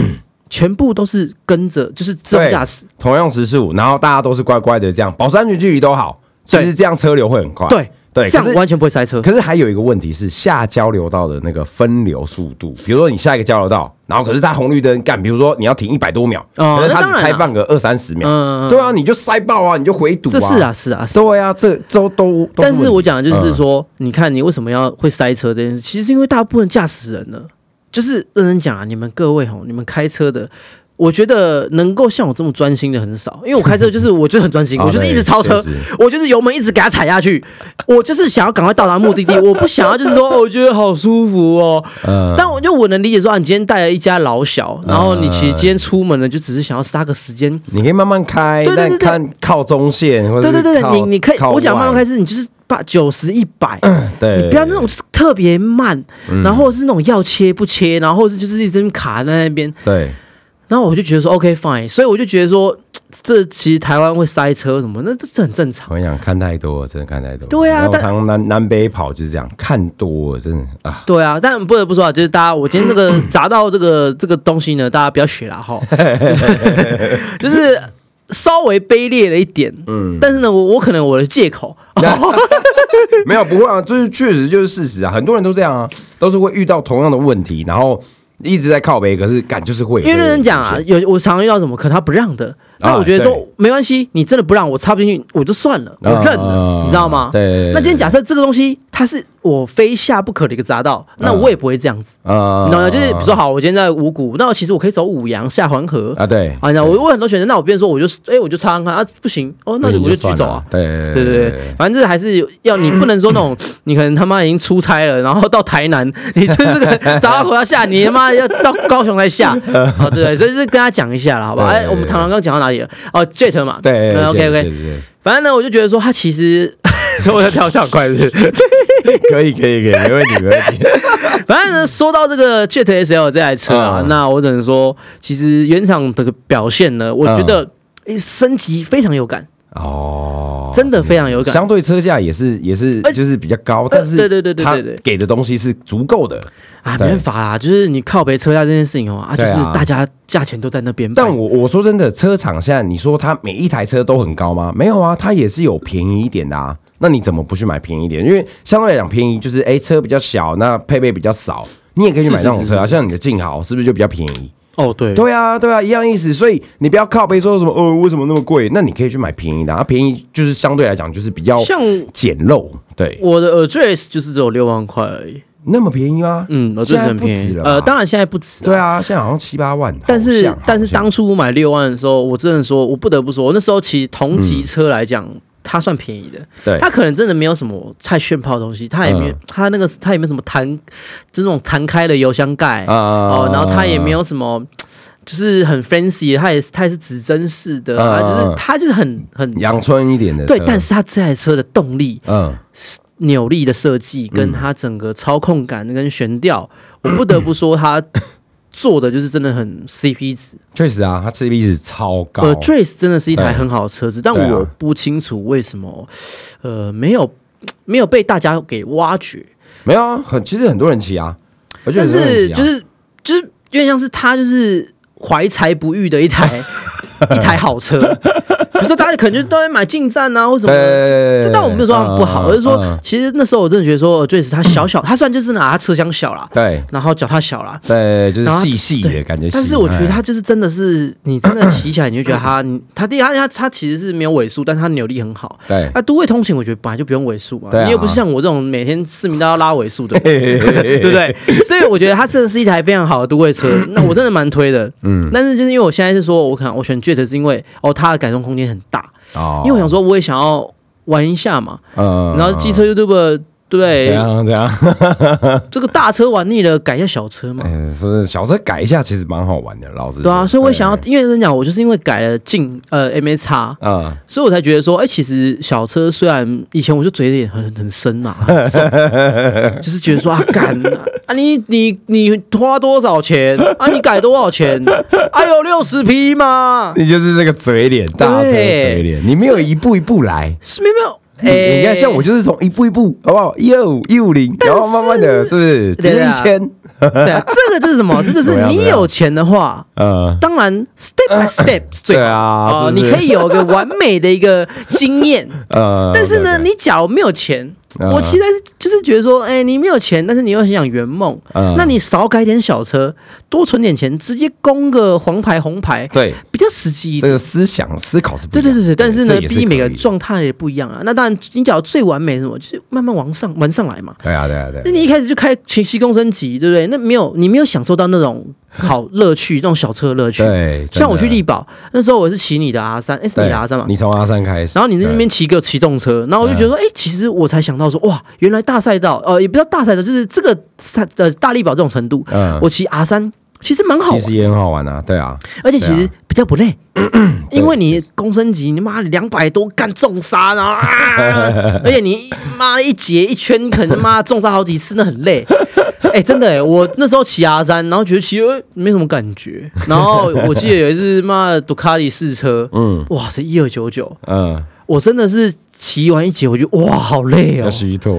Speaker 1: 全部都是跟着，就是自动
Speaker 2: 对
Speaker 1: 驾驶，
Speaker 2: 同样时速，然后大家都是乖乖的这样，保持安全距离都好。其
Speaker 1: 对
Speaker 2: 实这样车流会很快。
Speaker 1: 对
Speaker 2: 对，
Speaker 1: 这样
Speaker 2: 可是
Speaker 1: 完全不会塞车。
Speaker 2: 可是还有一个问题是，下交流道的那个分流速度，比如说你下一个交流道，然后可是它红绿灯干，比如说你要停一百多秒，
Speaker 1: 哦
Speaker 2: 可是
Speaker 1: 那
Speaker 2: 它
Speaker 1: 当
Speaker 2: 只
Speaker 1: 然啊
Speaker 2: 开放个二三十秒，
Speaker 1: 嗯嗯嗯
Speaker 2: 对啊，你就塞爆啊，你就回堵啊，
Speaker 1: 这是啊，，是啊，是啊。
Speaker 2: 对啊，这都都，都嗯
Speaker 1: 但
Speaker 2: 问
Speaker 1: 是
Speaker 2: 题
Speaker 1: 我讲的就是说，你看你为什么要会塞车这件事，其实是因为大部分驾驶人呢，就是认真讲啊，你们各位吼，你们开车的。我觉得能够像我这么专心的很少，因为我开车就是我就是很专心，
Speaker 2: 哦
Speaker 1: 我就是一直超车
Speaker 2: 对确实，
Speaker 1: 我就是油门一直给它踩下去，我就是想要赶快到达目的 地，我不想要就是说哦，我觉得好舒服哦。
Speaker 2: 嗯
Speaker 1: 但我就我能理解说啊，你今天带了一家老小，然后你其实
Speaker 2: 嗯
Speaker 1: 今天出门了，就只是想要杀个时间，
Speaker 2: 你可以慢慢开，
Speaker 1: 对对对对
Speaker 2: 但看靠中线或者
Speaker 1: 对
Speaker 2: 是
Speaker 1: 对对，
Speaker 2: 靠
Speaker 1: 你你可以，
Speaker 2: 靠
Speaker 1: 我讲慢慢
Speaker 2: 外
Speaker 1: 开始，你就是把九十一百，
Speaker 2: 对，
Speaker 1: 你不要那种就是特别慢，然后是那种要切不切，然后是就是一直卡在那边，
Speaker 2: 对
Speaker 1: 然后我就觉得说 OK fine，所以我就觉得说，这其实台湾会塞车什么，那这这很正常。啊
Speaker 2: 我跟你讲，看太多了，真的看太多了。
Speaker 1: 对啊
Speaker 2: 然后
Speaker 1: 但
Speaker 2: 常南南北跑就是这样，看多了，真的啊。
Speaker 1: 对啊，但不得不说啊，就是大家，我今天这个砸到这个这个东西呢，大家不要学啦哈， 就是稍微卑劣了一点，嗯，但是呢，我我可能我的借口，
Speaker 2: 没有不会啊，就是确实就是事实啊，很多人都这样啊，都是会遇到同样的问题，然后一直在靠北，可是感就是会有。
Speaker 1: 因为认真讲啊
Speaker 2: 会有，
Speaker 1: 有我常遇到什么，可能他不让的，那
Speaker 2: 啊
Speaker 1: 我觉得说
Speaker 2: 对
Speaker 1: 没关系，你真的不让我插不进去，我就算了，我
Speaker 2: 啊
Speaker 1: 认了，
Speaker 2: 啊
Speaker 1: 你知道吗？
Speaker 2: 对对对对
Speaker 1: 那今天假设这个东西它是我非下不可的一个匝道，那我也不会这样子，
Speaker 2: 啊，
Speaker 1: 你懂吗？就是比如说，好，我今天在五股，那其实我可以走五羊下环河
Speaker 2: 啊对
Speaker 1: 啊，那我我有很多选择，那我变成说我就哎我就插看看啊，不行哦，那
Speaker 2: 那
Speaker 1: 我
Speaker 2: 你
Speaker 1: 就
Speaker 2: 算
Speaker 1: 举走
Speaker 2: 了
Speaker 1: 啊。
Speaker 2: 对
Speaker 1: 对
Speaker 2: 对
Speaker 1: 对对，反正这还是要你不能说那 种，你可能他妈已经出差了，然后到台南， 你就是这 个早上回要下，你他妈要到高雄才下，哦对对，所以就是跟他讲一下啦，好吧？
Speaker 2: 对
Speaker 1: 哎，我们唐唐刚讲到哪里了？哦，Jet 嘛，
Speaker 2: 对对
Speaker 1: ，OK
Speaker 2: 确
Speaker 1: OK，
Speaker 2: 实确实
Speaker 1: 反正呢，我就觉得说他其 实，所以我要跳跳快是不是？
Speaker 2: 可以可以可以，没问题没问题。
Speaker 1: 反正呢，说到这个 Jet SL 这台车啊，
Speaker 2: 嗯
Speaker 1: 那我只能说，其实原厂的表现呢，我觉
Speaker 2: 嗯
Speaker 1: 得诶升级非常有感，
Speaker 2: 哦，
Speaker 1: 真的非常有感
Speaker 2: 相对车价也是也是
Speaker 1: 呃
Speaker 2: 就是比较高，但是
Speaker 1: 对对对对
Speaker 2: 它
Speaker 1: 对对
Speaker 2: 给的东西是足够的。
Speaker 1: 啊，没
Speaker 2: 对
Speaker 1: 办法啦，就是你靠北车价这件事情哦，啊，就
Speaker 2: 对
Speaker 1: 是
Speaker 2: 啊
Speaker 1: 大家价钱都在那边摆。
Speaker 2: 但我我说真的，车厂现在你说它每一台车都很高吗？没有啊，它也是有便宜一点的啊。那你怎么不去买便宜一点？因为相对来讲，便宜就是哎、车比较小，那配备比较少，你也可以去买那种车啊。像你的劲豪是不是就比较便宜？
Speaker 1: 哦，对，
Speaker 2: 对啊，对啊，一样意思。所以你不要靠背说什么，呃，为什么那么贵？那你可以去买便宜的、啊，便宜就是相对来讲就是比较
Speaker 1: 像
Speaker 2: 简陋。对，
Speaker 1: 我的 address 就是只有六万块而已。
Speaker 2: 那么便宜吗？
Speaker 1: 嗯，我
Speaker 2: 现
Speaker 1: 这
Speaker 2: 在
Speaker 1: 很
Speaker 2: 不
Speaker 1: 便
Speaker 2: 止
Speaker 1: 宜。
Speaker 2: 了吧。
Speaker 1: 呃，当然现在不止、
Speaker 2: 对。啊，现在好像七八万。
Speaker 1: 但
Speaker 2: 好
Speaker 1: 是
Speaker 2: 像
Speaker 1: 但是
Speaker 2: 好像
Speaker 1: 当初买六万的时候，我真的说，我不得不说，我那时候其实同级车来讲，它算便宜的。
Speaker 2: 嗯对
Speaker 1: 它可能真的没有什么太炫炮的东西，它也没有，
Speaker 2: 嗯
Speaker 1: 它那个它也没有什么弹，就那种弹开的油箱盖
Speaker 2: 啊
Speaker 1: 哦，然后它也没有什么。就是很 fancy，它也是它也是指针式的啊，
Speaker 2: 嗯嗯
Speaker 1: 就
Speaker 2: 嗯
Speaker 1: 是它就是很很
Speaker 2: 阳春一点的车。
Speaker 1: 对，但是它这台车的动力、
Speaker 2: 嗯，
Speaker 1: 扭力的设计，跟它整个操控感跟悬吊，我不得不说它做的就是真的很 CP 值。
Speaker 2: 确实啊，它 CP 值超高。
Speaker 1: 呃，Drace 真的是一台
Speaker 2: 对
Speaker 1: 很好的车子，但
Speaker 2: 对啊
Speaker 1: 我不清楚为什么，呃，没有没有被大家给挖掘，
Speaker 2: 没有啊，很其实很多人骑啊，我觉得
Speaker 1: 但
Speaker 2: 很多
Speaker 1: 是
Speaker 2: 人骑啊
Speaker 1: 就是就是有点像是他就是怀才不遇的一 台一台好车，比如说大家可能就都会买进站啊或什么的。
Speaker 2: 对，
Speaker 1: 就但我没有说它不好，
Speaker 2: 嗯
Speaker 1: 我是说，
Speaker 2: 嗯
Speaker 1: 其实那时候我真的觉得说，呃，Drace 它小小，它虽然就是拿它车厢小啦，
Speaker 2: 对
Speaker 1: 然后脚踏小啦，
Speaker 2: 对，就是
Speaker 1: 然后
Speaker 2: 细细的感觉细。
Speaker 1: 但是我觉得
Speaker 2: 哎
Speaker 1: 它就是真的是，你真 的骑起来，你就觉得它，你它第一它它它其实是没有尾数，但它扭力很好。
Speaker 2: 对
Speaker 1: 那都会通勤，我觉得本来就不用尾数嘛，
Speaker 2: 对啊
Speaker 1: 你又不是像我这种每天市民都要拉尾 数的，
Speaker 2: 嘿嘿嘿嘿
Speaker 1: 对不对？所以我觉得它真的是一台非常好的都会车，那我真的蛮推的。嗯，但是就是因为我现在是说，我可能我选 Jet 是因为哦，它的改动空间很大，
Speaker 2: 哦
Speaker 1: 因为我想说我也想要玩一下嘛，
Speaker 2: 嗯
Speaker 1: 然后机车 YouTube
Speaker 2: 怎
Speaker 1: 对
Speaker 2: 样怎样，
Speaker 1: 这个大车玩腻了，改一下小车嘛。
Speaker 2: 哎，说真的小车改一下其实蛮好玩的，老实
Speaker 1: 对啊，
Speaker 2: 说
Speaker 1: 所以我也想要，因为跟你讲，我就是因为改了进呃 M S X，
Speaker 2: 嗯，
Speaker 1: 所以我才觉得说，哎、其实小车虽然以前我就嘴脸很很深 嘛，很重就是觉得说啊，干啊你你你花多少钱啊？你改多少钱？啊，有六十匹吗？
Speaker 2: 你就是那个嘴脸，大车嘴脸，你没有一步一步来。
Speaker 1: 是没有没有，
Speaker 2: 你
Speaker 1: 哎、
Speaker 2: 你看，像我就是从一步一步，好不好？一二五、一五零，然后慢慢的，是不是？直
Speaker 1: 对
Speaker 2: 接
Speaker 1: 啊
Speaker 2: 一千，
Speaker 1: 对、啊，这个就是什么？这就
Speaker 2: 怎么
Speaker 1: 是
Speaker 2: 样
Speaker 1: 你有钱的话，
Speaker 2: 嗯，
Speaker 1: 当然 step by step 是最好
Speaker 2: 对啊
Speaker 1: 哦
Speaker 2: 是不是
Speaker 1: 你可以有一个完美的一个经验。
Speaker 2: 呃，
Speaker 1: 但是呢，
Speaker 2: 对
Speaker 1: 你假如没有钱，
Speaker 2: 嗯
Speaker 1: 我其实就是觉得说，哎、你没有钱，但是你又很想圆梦，
Speaker 2: 嗯
Speaker 1: 那你少改点小车，多存点钱，直接攻个黄牌、红牌，
Speaker 2: 对
Speaker 1: 比较实际一
Speaker 2: 这
Speaker 1: 点。
Speaker 2: 个思想思考是不
Speaker 1: 对
Speaker 2: 一
Speaker 1: 对
Speaker 2: 样
Speaker 1: 对对，但是呢，
Speaker 2: 这也
Speaker 1: 毕
Speaker 2: 是
Speaker 1: 竟每个
Speaker 2: 可以的
Speaker 1: 状态也不一样啊。那当然，你假如最完美是什么，就是慢慢往上玩上来嘛。
Speaker 2: 对啊对啊对啊
Speaker 1: 那你一开始就开全息共升级，对不对？那没有，你没有享受到那种好乐趣，那种小车的乐趣。
Speaker 2: 对，
Speaker 1: 像我去
Speaker 2: 立
Speaker 1: 力宝那时候，我是骑你的 R 三，哎，是你的 R 三嘛？
Speaker 2: 你从阿三开始，
Speaker 1: 然后你在那边骑个骑重车，然后我就觉得说，
Speaker 2: 啊
Speaker 1: 哎、其实我才想到说，哇，原来大赛道，呃，也不叫大赛道，就是这个赛呃大力宝这种程度，
Speaker 2: 对，嗯，
Speaker 1: 我骑 R 三其实蛮好
Speaker 2: 其
Speaker 1: 玩，
Speaker 2: 实也很好玩啊，对啊，
Speaker 1: 而且其
Speaker 2: 对
Speaker 1: 实
Speaker 2: 啊
Speaker 1: 比较不 累，因为你公升级，你妈两百多干重刹，然后 啊，而且你妈的一节一圈，可能妈重刹好几次，那很累。哎、真的哎、我那时候骑 R 三，然后觉得骑呃没什么感觉，然后我记得有一次妈的杜卡迪试车，嗯，哇塞，一二九九，
Speaker 2: 嗯，
Speaker 1: 我真的是骑完一节，我就哇，好累哦
Speaker 2: 要。虚脱，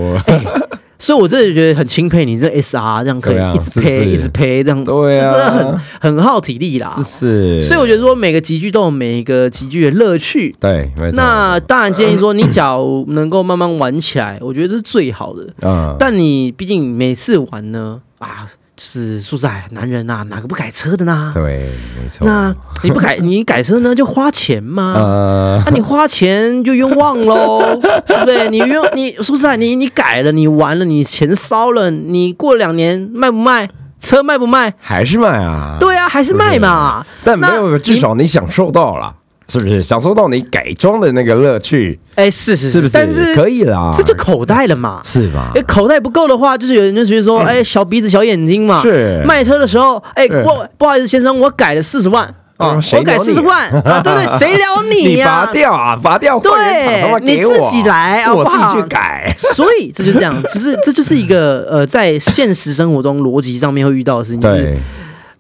Speaker 1: 所以，我真的觉得很钦佩你这 SR 这样可
Speaker 2: 怎么
Speaker 1: 以
Speaker 2: 样
Speaker 1: 一直
Speaker 2: 啊是不是
Speaker 1: 陪，一直陪这样，
Speaker 2: 对啊
Speaker 1: 这真的很很耗体力啦
Speaker 2: 是。是，
Speaker 1: 所以，我觉得说每个集聚都有每一个集聚的乐趣。
Speaker 2: 对，没错，
Speaker 1: 那当然建议说，你假如能够慢慢玩起来，我觉得这是最好的。
Speaker 2: 嗯，
Speaker 1: 但你毕竟每次玩呢，啊，就是说实在，男人呐、哪个不改车的呢？
Speaker 2: 对，没错，
Speaker 1: 那你不改，你改车呢就花钱 嘛。
Speaker 2: 呃，
Speaker 1: 那、你花钱就冤枉 喽，对不对？你冤你说实在，你你改了，你玩了，你钱烧了，你过两年卖不卖？车卖不卖？
Speaker 2: 还是卖啊，，
Speaker 1: 对啊，还是卖嘛。
Speaker 2: 但没
Speaker 1: 那
Speaker 2: 有，至少你享受到了。是不是享受到你改装的那个乐趣？
Speaker 1: 哎，是是
Speaker 2: 是不是？
Speaker 1: 但是
Speaker 2: 可以啊啦，
Speaker 1: 这就口袋了嘛。
Speaker 2: 是吧
Speaker 1: 哎，？口袋不够的话，就是有人就觉得说，哎，小鼻子小眼睛嘛。
Speaker 2: 嗯是
Speaker 1: 卖车的时候，哎，
Speaker 2: 是
Speaker 1: 我不好意思，先生，我改了四十万
Speaker 2: 嗯
Speaker 1: 啊，
Speaker 2: 谁
Speaker 1: 我改
Speaker 2: 鸟你
Speaker 1: 四十万啊，对对，谁 聊你
Speaker 2: 你
Speaker 1: 呀
Speaker 2: 拔？掉啊，拔掉，换原厂他妈
Speaker 1: 对，你
Speaker 2: 给我，啊
Speaker 1: 自己来，好
Speaker 2: 我
Speaker 1: 不
Speaker 2: 自己
Speaker 1: 好
Speaker 2: 去改。
Speaker 1: 所以这就是这样，只是这就是一个呃，在现实生活中逻辑上面会遇到的事情，就是
Speaker 2: 对，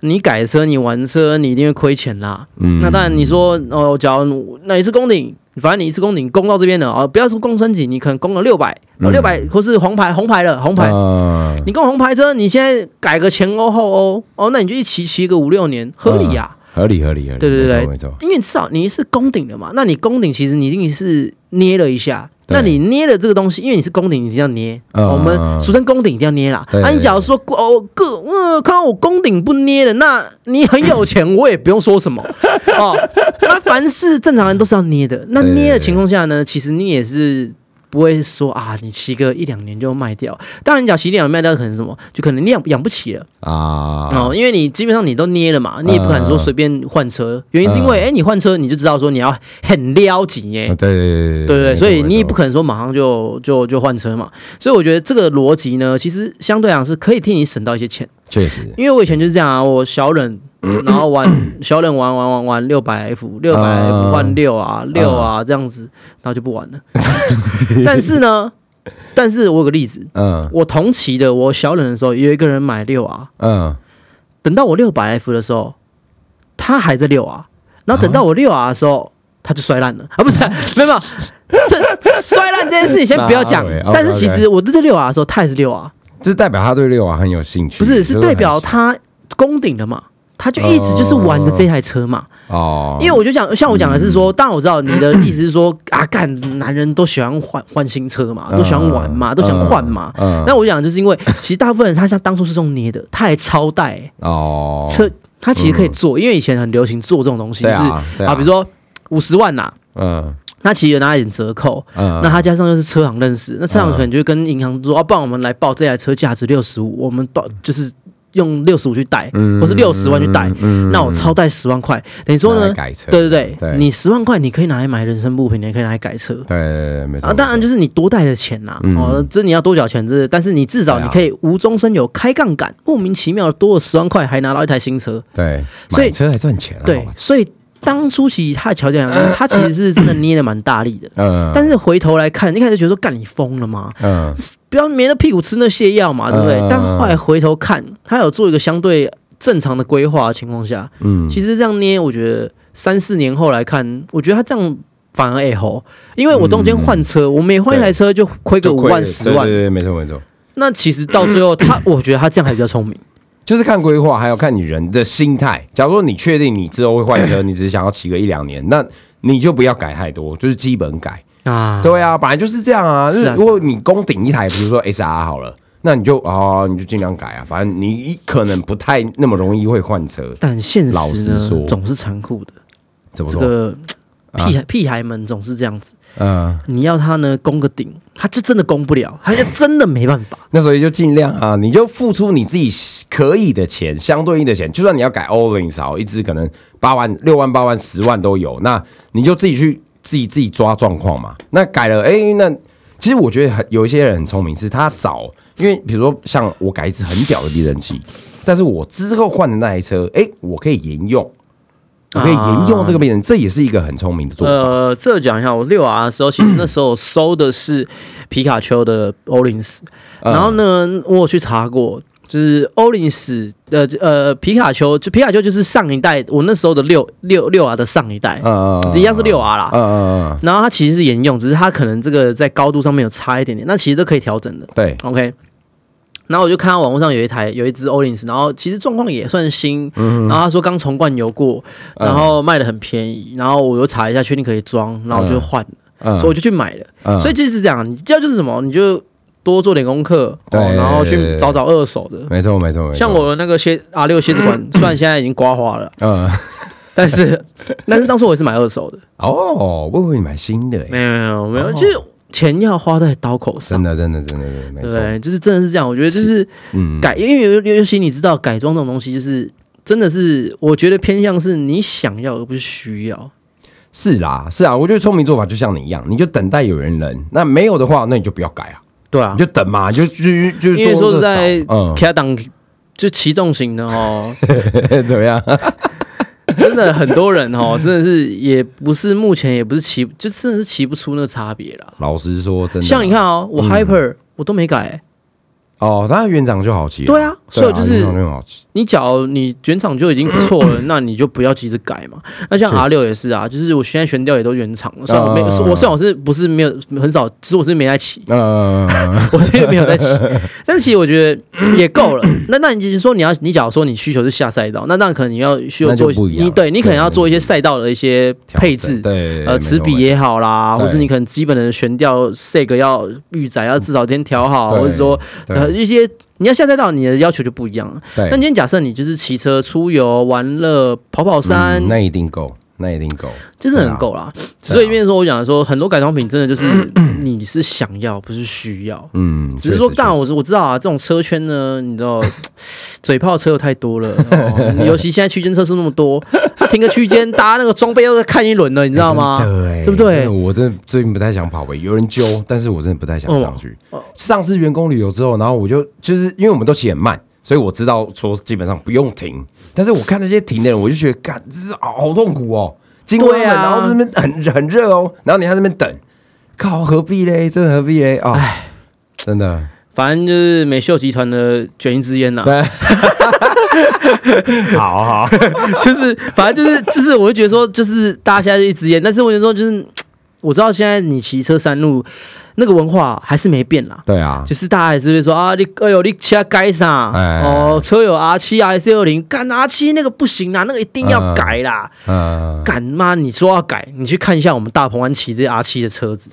Speaker 1: 你改车、你玩车，你一定会亏钱啦。
Speaker 2: 嗯
Speaker 1: 那当然，你说哦，假如那一次攻顶，反正你一次攻顶攻到这边了啊、哦，不要说攻升级，你可能攻了六百、哦，
Speaker 2: 嗯
Speaker 1: 六百或是红牌，红牌了，红牌。
Speaker 2: 嗯
Speaker 1: 你攻红牌车，你现在改个前欧后欧哦，那你就一骑骑个五六年，合理呀、
Speaker 2: 合理合理合理，
Speaker 1: 对对
Speaker 2: 没错
Speaker 1: 对
Speaker 2: 没错，
Speaker 1: 因为至少你是攻顶的嘛，那你攻顶其实你一定是捏了一下，那你捏的这个东西，因为你是宫顶，你一定要捏。
Speaker 2: 嗯
Speaker 1: 我们俗称宫顶一定要捏啦。
Speaker 2: 对
Speaker 1: 啊，你假如说哦，个呃，看到我宫顶不捏的，那你很有钱，我也不用说什 么哦。那凡是正常人都是要捏的。那
Speaker 2: 对
Speaker 1: 捏的情况下呢，其实你也是。不会说啊，你骑个一两年就卖掉。当然，你讲骑一两年卖掉可能是什么，就可能你养养不起了。
Speaker 2: 啊，嗯
Speaker 1: 哦，因为你基本上你都捏了嘛，你也不敢说随便换车，原因是因为，哎、你换车你就知道说你要很撩紧耶
Speaker 2: 啊对，嗯对对
Speaker 1: 对不对？所以你也不
Speaker 2: 可
Speaker 1: 可能说马上就就就换车嘛，所以我觉得这个逻辑呢，其实相对来讲是可以替你省到一些钱，
Speaker 2: 确实
Speaker 1: 因为我以前就是这样
Speaker 2: 嗯
Speaker 1: 啊，我小 忍，然后玩小忍玩玩玩玩六百 F，六百 F
Speaker 2: 嗯
Speaker 1: 换六啊六啊这样子，然后就不玩了。 但是呢，但是我有个例子，
Speaker 2: 嗯
Speaker 1: 我同期的我小忍的时候，有一个人买六啊，
Speaker 2: 嗯
Speaker 1: 等到我六百 F 的时候，他还在六 R，然后等到我六 R 的时候，他就摔烂了啊，不是，没有没有，这摔烂这件事情先不要讲
Speaker 2: 那，OK，OK，OK，
Speaker 1: 但是其实我这六 R 的时候，他也是六 R，
Speaker 2: 就是代表他对六啊很有兴趣，
Speaker 1: 不是，
Speaker 2: 就是
Speaker 1: 代表他攻顶了嘛。他就一直就是玩着这台车嘛，
Speaker 2: 哦，
Speaker 1: 因为我就讲，像我讲的是说，当然我知道你的意思是说啊，干男人都喜欢换换新车嘛，都喜欢玩嘛，都想换嘛。
Speaker 2: 嗯
Speaker 1: 那我讲就是因为，其实大部分人他像当初是用捏的，他还超带、欸，
Speaker 2: 哦嗯
Speaker 1: 车，它其实可以做，因为以前很流行做这种东西，
Speaker 2: 对
Speaker 1: 是
Speaker 2: 啊对啊
Speaker 1: 比如说五十万呐、
Speaker 2: 嗯
Speaker 1: 那其实有拿一点折扣，
Speaker 2: 嗯，
Speaker 1: 那他加上就是车行认识，那车行
Speaker 2: 嗯
Speaker 1: 可能就跟银行说，啊，不然我们来报这台车价值六十五，我们报就是用六十五去贷，或是六十万去贷，
Speaker 2: 嗯
Speaker 1: 那我超贷十万块，等于说
Speaker 2: 拿
Speaker 1: 呢
Speaker 2: 来，改车，
Speaker 1: 对对对，
Speaker 2: 对
Speaker 1: 你十万块你可以拿来买人生物品，你也可以拿来改车。
Speaker 2: 对对对没错
Speaker 1: 啊，当然就是你多带的钱啦、
Speaker 2: 嗯
Speaker 1: 哦，这你要多缴钱，这但是你至少
Speaker 2: 对啊
Speaker 1: 你可以无中生有，开杠杆，莫名其妙多了十万块，还拿到一台新车，
Speaker 2: 对，
Speaker 1: 所以
Speaker 2: 买车还赚钱啊，
Speaker 1: 对，所以当初其实他的乔 建良，他其实是真的捏的蛮大力的。
Speaker 2: 嗯，
Speaker 1: 但是回头来看，一开始觉得说干你疯了吗？
Speaker 2: 嗯
Speaker 1: 不要没了屁股吃那泻药嘛，对不对？
Speaker 2: 嗯
Speaker 1: 但后来回头看，他有做一个相对正常的规划的情况下，
Speaker 2: 嗯，
Speaker 1: 其实这样捏，我觉得三四年后来看，我觉得他这样反而哎吼，因为我中间换车，我每换一台车就亏个
Speaker 2: 嗯就
Speaker 1: 五
Speaker 2: 亏
Speaker 1: 万
Speaker 2: 了
Speaker 1: 十
Speaker 2: 对
Speaker 1: 万
Speaker 2: 对，对，没错没错。
Speaker 1: 那其实到最后他，我觉得他这样还比较聪明。
Speaker 2: 就是看规划，还有看你人的心态。假如说你确定你之后会 换车，你只是想要骑个一两年，那你就不要改太多，就是基本改。
Speaker 1: 啊，
Speaker 2: 对 啊，本来就是这样啊。
Speaker 1: 是啊
Speaker 2: 如果你攻顶一台，比如说 SR 好了，那你就啊、你就尽量改啊。反正你可能不太那么容易会换车。
Speaker 1: 但现
Speaker 2: 老
Speaker 1: 实
Speaker 2: 实说
Speaker 1: 呢，总是残酷的。
Speaker 2: 怎么
Speaker 1: 这
Speaker 2: 说？啊
Speaker 1: 个屁孩屁孩们总是这样子，
Speaker 2: 嗯，
Speaker 1: 你要他呢攻个顶，他就真的攻不了， 他就真的没办法。
Speaker 2: 那所以就尽量啊，你就付出你自己可以的钱，相对应的钱，就算你要改 all in 少，一支可能八万、六万、八万、十万都有，那你就自己去自己自己抓状况嘛。那改了，哎、那其实我觉得很有一些人很聪明，是他找，因为比如说像我改一支很屌的避震器，但是我之后换的那台车，哎、我可以沿用，我可以沿用
Speaker 1: 啊
Speaker 2: 这个避震，这也是一个很聪明的做法。
Speaker 1: 呃，这讲一下，我六 R 的时候，其实那时候我收的是皮卡丘的欧林斯，呃
Speaker 2: 嗯
Speaker 1: 然后呢，我有去查过，就是欧林斯的呃皮卡丘，就皮卡丘就是上一代，我那时候的六六六 R 的上一代，
Speaker 2: 嗯嗯
Speaker 1: 一样是六 R 啦。
Speaker 2: 嗯嗯嗯，
Speaker 1: 然后它其实是沿用，只是它可能这个在高度上面有差一点点，那其实这可以调整的。
Speaker 2: 对，
Speaker 1: OK。然后我就看到网络上有一台有一只 Olins，然后其实状况也算新，然后他说刚从罐油过，然后卖的很便宜，然后我又查一下确定可以装，然后我就换了，
Speaker 2: 嗯，
Speaker 1: 所以我就去买了。
Speaker 2: 嗯
Speaker 1: 所以就是这样，你要就是什么，你就多做点功课，
Speaker 2: 对
Speaker 1: 哦然后去找找二手的。
Speaker 2: 没错没错没错，
Speaker 1: 像我那个蝎 R 六蝎子馆，虽然现在已经刮花了，
Speaker 2: 嗯。
Speaker 1: 但是但是当时我也是买二手的，
Speaker 2: 哦，我以为你买新的诶，
Speaker 1: 没有没有没有，
Speaker 2: 哦
Speaker 1: 就是钱要花在刀口上
Speaker 2: 真，的真的真的真的，没
Speaker 1: 对不
Speaker 2: 错，
Speaker 1: 对，就是真的是这样，我觉得就是。
Speaker 2: 嗯，
Speaker 1: 改，因为尤尤其你知道改装这种东西，就是真的是我觉得偏向是你想要而不是需要。
Speaker 2: 是啦是啊，我觉得聪明做法就像你一样，你就等待有人人，那没有的话，那你就不要改啊，
Speaker 1: 对啊
Speaker 2: 你就，等嘛，就就就
Speaker 1: 因为
Speaker 2: 就
Speaker 1: 说实
Speaker 2: 做
Speaker 1: 在
Speaker 2: 这个早，
Speaker 1: K 档就骑重型的哦，
Speaker 2: 嗯，怎么样？
Speaker 1: 真的很多人哦，真的是也不是目前也不是骑，就真的是骑不出那个差别啦。
Speaker 2: 老实说，真的，啊
Speaker 1: 像你看哦，我 Hyper 我都没改欸，
Speaker 2: 哦，当然原厂就好骑了。
Speaker 1: 对啊所以我就是
Speaker 2: 原厂就很好骑。
Speaker 1: 你假如你原厂就已经不错了，那你就不要急着改嘛。那像
Speaker 2: 确实
Speaker 1: R 六也是啊，就是我现在悬吊也都原厂，虽然我没，
Speaker 2: 嗯
Speaker 1: 我虽然我是不是没有很少，其实我是没在骑，
Speaker 2: 呃，
Speaker 1: 我这个没有在骑，但其实我觉得也够了。那那你说你要，你假如说你需求是下赛道，那那可能你要需要
Speaker 2: 那就
Speaker 1: 做一些
Speaker 2: 不一样
Speaker 1: 你对你可能
Speaker 2: 对
Speaker 1: 要做一些赛道的一些 配
Speaker 2: 调整
Speaker 1: 置。
Speaker 2: 对，
Speaker 1: 呃，
Speaker 2: 没
Speaker 1: 齿
Speaker 2: 错
Speaker 1: 比也好啦，
Speaker 2: 对
Speaker 1: 或是你可能基本的悬吊 seg 要预载要至少先调好，
Speaker 2: 对
Speaker 1: 或者说
Speaker 2: 对
Speaker 1: 呃一些你要下赛道，你的要求就不一样了。
Speaker 2: 对
Speaker 1: 那今天假设你就是骑车出游、玩乐、跑跑山
Speaker 2: 嗯，那一啊定够，那一定够。
Speaker 1: 真的很够啦。所以，变成说我讲说，很多改装品真的就是
Speaker 2: 啊
Speaker 1: 你是想要，不是需要。
Speaker 2: 嗯，
Speaker 1: 只是说，当
Speaker 2: 大
Speaker 1: 然我我知道啊，这种车圈呢，你知 道，嘴炮车又太多了，哦、尤其现在区间测试那么多，他停个区间，大家那个装备又在看一轮了，你知道吗？
Speaker 2: 对，
Speaker 1: 对不对
Speaker 2: 真的我真的最近不太想跑呗，有人揪，但是我真的不太想上去
Speaker 1: 哦哦。
Speaker 2: 上次员工旅游之后，然后我就就是因为我们都骑很慢，所以我知道说基本上不用停。但是我看那些停的人，我就觉得干，这是好好痛苦哦。经过他们，
Speaker 1: 对啊
Speaker 2: 然后这边很很热哦，然后你还在那边等，靠，何必嘞？真的何必嘞？啊、真的，
Speaker 1: 反正就是美秀集团的卷一支烟呐、
Speaker 2: 好好，
Speaker 1: 就是反正就是就是，我就觉得说，就是大家现在就一支烟，但是我就说，就是我知道现在你骑车山路那个文化还是没变啦。
Speaker 2: 对啊，
Speaker 1: 就是大家还是会说啊，你哎呦，你其他改啥？
Speaker 2: 哎
Speaker 1: 哦，车有 R 七、R 四六零，干 R 七那个不行啦，那个一定要改啦。
Speaker 2: 嗯、
Speaker 1: 干妈，你说要改，你去看一下我们大鹏湾骑这 R 七的车子，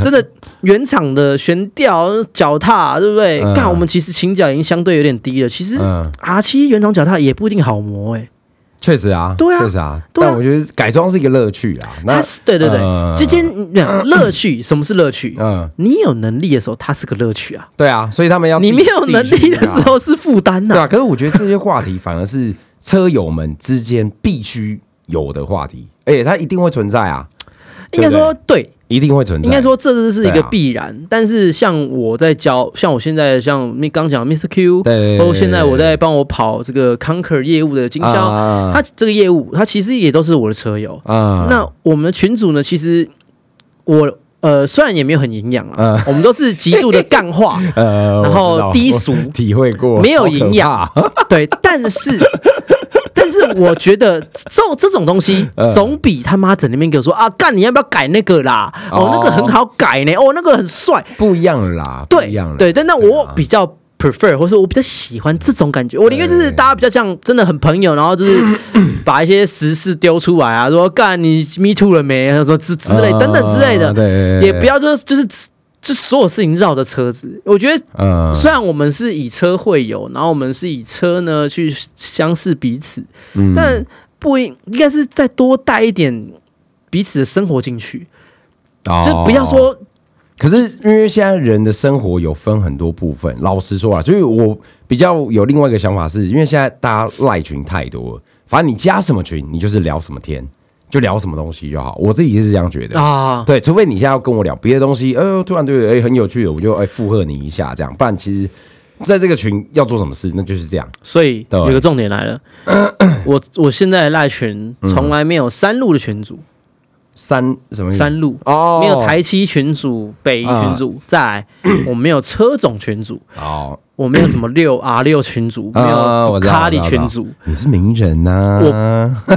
Speaker 1: 真的原厂的悬吊、脚踏，对不对？
Speaker 2: 嗯
Speaker 1: 干、我们其实倾角已经相对有点低了，其实
Speaker 2: 嗯
Speaker 1: R 七原厂脚踏也不一定好磨哎、
Speaker 2: 确实啊，
Speaker 1: 对啊
Speaker 2: 确实啊。
Speaker 1: 对啊
Speaker 2: 但我觉得改装是一个乐趣啦。那
Speaker 1: 它是对对对，
Speaker 2: 嗯
Speaker 1: 这间乐趣，什么是乐趣？
Speaker 2: 嗯，
Speaker 1: 你有能力的时候，它是个乐趣啊；
Speaker 2: 对啊，所以他们要自
Speaker 1: 你
Speaker 2: 己
Speaker 1: 没有能
Speaker 2: 自己
Speaker 1: 力
Speaker 2: 去
Speaker 1: 的
Speaker 2: 啊
Speaker 1: 时候是负担
Speaker 2: 对
Speaker 1: 呐。
Speaker 2: 啊。可是我觉得这些话题反而是车友们之间必须有的话题，而且它一定会存在啊，
Speaker 1: 应该说对，
Speaker 2: 一定会存在。
Speaker 1: 应该说这是一
Speaker 2: 对
Speaker 1: 个
Speaker 2: 啊
Speaker 1: 必然。但是像我在教，像我现在像刚讲的 Mr. Q，
Speaker 2: 对，对，对
Speaker 1: 包括现在我在帮我跑这个 Conquer 业务的经销，
Speaker 2: 啊
Speaker 1: 他这个业务，他其实也都是我的车友。
Speaker 2: 啊
Speaker 1: 那我们的群主呢，其实我呃虽然也没有很营养啊，我们都是极度的干 话，然
Speaker 2: 呃，我知
Speaker 1: 后
Speaker 2: 道
Speaker 1: 低
Speaker 2: 我
Speaker 1: 俗，
Speaker 2: 体会过，
Speaker 1: 没有
Speaker 2: 好可
Speaker 1: 营养
Speaker 2: 怕，
Speaker 1: 对，但是。但是我觉得这这种东西
Speaker 2: 嗯
Speaker 1: 总比他妈整那边给我说啊，干你要不要改那个啦？哦
Speaker 2: 哦，
Speaker 1: 那个很好改呢，哦，那个很帅，
Speaker 2: 不一样了啦，不一
Speaker 1: 对
Speaker 2: 样了，
Speaker 1: 对。但那我
Speaker 2: 啊
Speaker 1: 比较 prefer，或是我比较喜欢这种感觉。我宁愿就是
Speaker 2: 对
Speaker 1: 大家比较像真的很朋友，然后就是 把一些时事丢出来啊，说干你 me too 了没？什么之之类
Speaker 2: 啊
Speaker 1: 等等之类
Speaker 2: 对
Speaker 1: 的，
Speaker 2: 对，对
Speaker 1: 也不，要就是就是就所有事情绕着车子。我觉得
Speaker 2: 嗯，
Speaker 1: 虽然我们是以车会友，然后我们是以车呢去相视彼此，
Speaker 2: 嗯
Speaker 1: 但不应应该是再多带一点彼此的生活进去，就不要
Speaker 2: 哦
Speaker 1: 说
Speaker 2: 可是因为现在人的生活有分很多部分，老实说啊，就是我比较有另外一个想法是，因为现在大家赖群太多了，反正你加什么群，你就是聊什么天，就聊什么东西就好。我自己是这样觉得。
Speaker 1: 啊，
Speaker 2: 对，除非你现在要跟我聊别的东西，呃，突然对哎、很有趣的，我就哎、附和你一下这样，不然其实在这个群要做什么事，那就是这样。
Speaker 1: 所以
Speaker 2: 对
Speaker 1: 有个重点来 了，我我现在的赖群从来没有山路的群组，
Speaker 2: 三什么意思
Speaker 1: 山路。
Speaker 2: 哦，
Speaker 1: 没有台七群组、北一群组，
Speaker 2: 啊
Speaker 1: 再 来我没有车种群组，
Speaker 2: 哦，
Speaker 1: 我没有什么 六 R 六群组，没
Speaker 2: 啊
Speaker 1: 有
Speaker 2: 我知道
Speaker 1: 卡里
Speaker 2: 我知道
Speaker 1: 群组，
Speaker 2: 你是名人呐、
Speaker 1: 没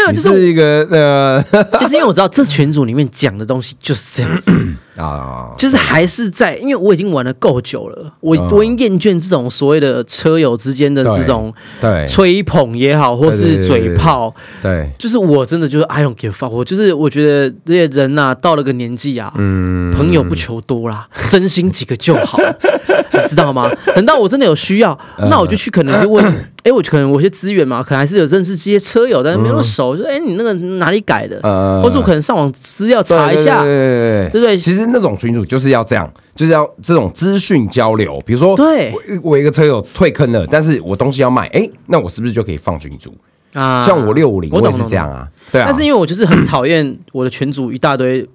Speaker 1: 有，
Speaker 2: 你
Speaker 1: 就是
Speaker 2: 是一个呃
Speaker 1: 就是因为我知道这群组里面讲的东西就是这样子，
Speaker 2: 啊，
Speaker 1: 就是还是在，因为我已经玩的够久了，我、
Speaker 2: 嗯
Speaker 1: 我已经厌倦这种所谓的车友之间的这种
Speaker 2: 对哎
Speaker 1: 吹捧也好，或是嘴炮，
Speaker 2: 对，
Speaker 1: 就是我真的就是 I don't give a fuck，我就是我觉得这些人呐、到了个年纪啊，
Speaker 2: 嗯，
Speaker 1: 朋友不求多啦，真心几个就 好，你知道吗？等到我真的有需要，
Speaker 2: 嗯
Speaker 1: 那我就去可能 就问，哎、我可能我有些资源嘛，可能还是有认识这些车友，但是没那么熟，
Speaker 2: 嗯
Speaker 1: 就哎、诶你那个哪里改的？
Speaker 2: 呃
Speaker 1: 或是我可能上网资料查一下，
Speaker 2: 对对对
Speaker 1: 对不对
Speaker 2: 其实那种群主就是要这样，就是要这种资讯交流。比如说，
Speaker 1: 对
Speaker 2: 我我一个车友退坑了，但是我东西要卖，哎，那我是不是就可以放群主？
Speaker 1: 啊
Speaker 2: 像我六五零，
Speaker 1: 我
Speaker 2: 我
Speaker 1: 懂
Speaker 2: 也是这样。
Speaker 1: 懂懂
Speaker 2: 啊，对啊。
Speaker 1: 但是因为我就是很讨厌我的群主一大堆，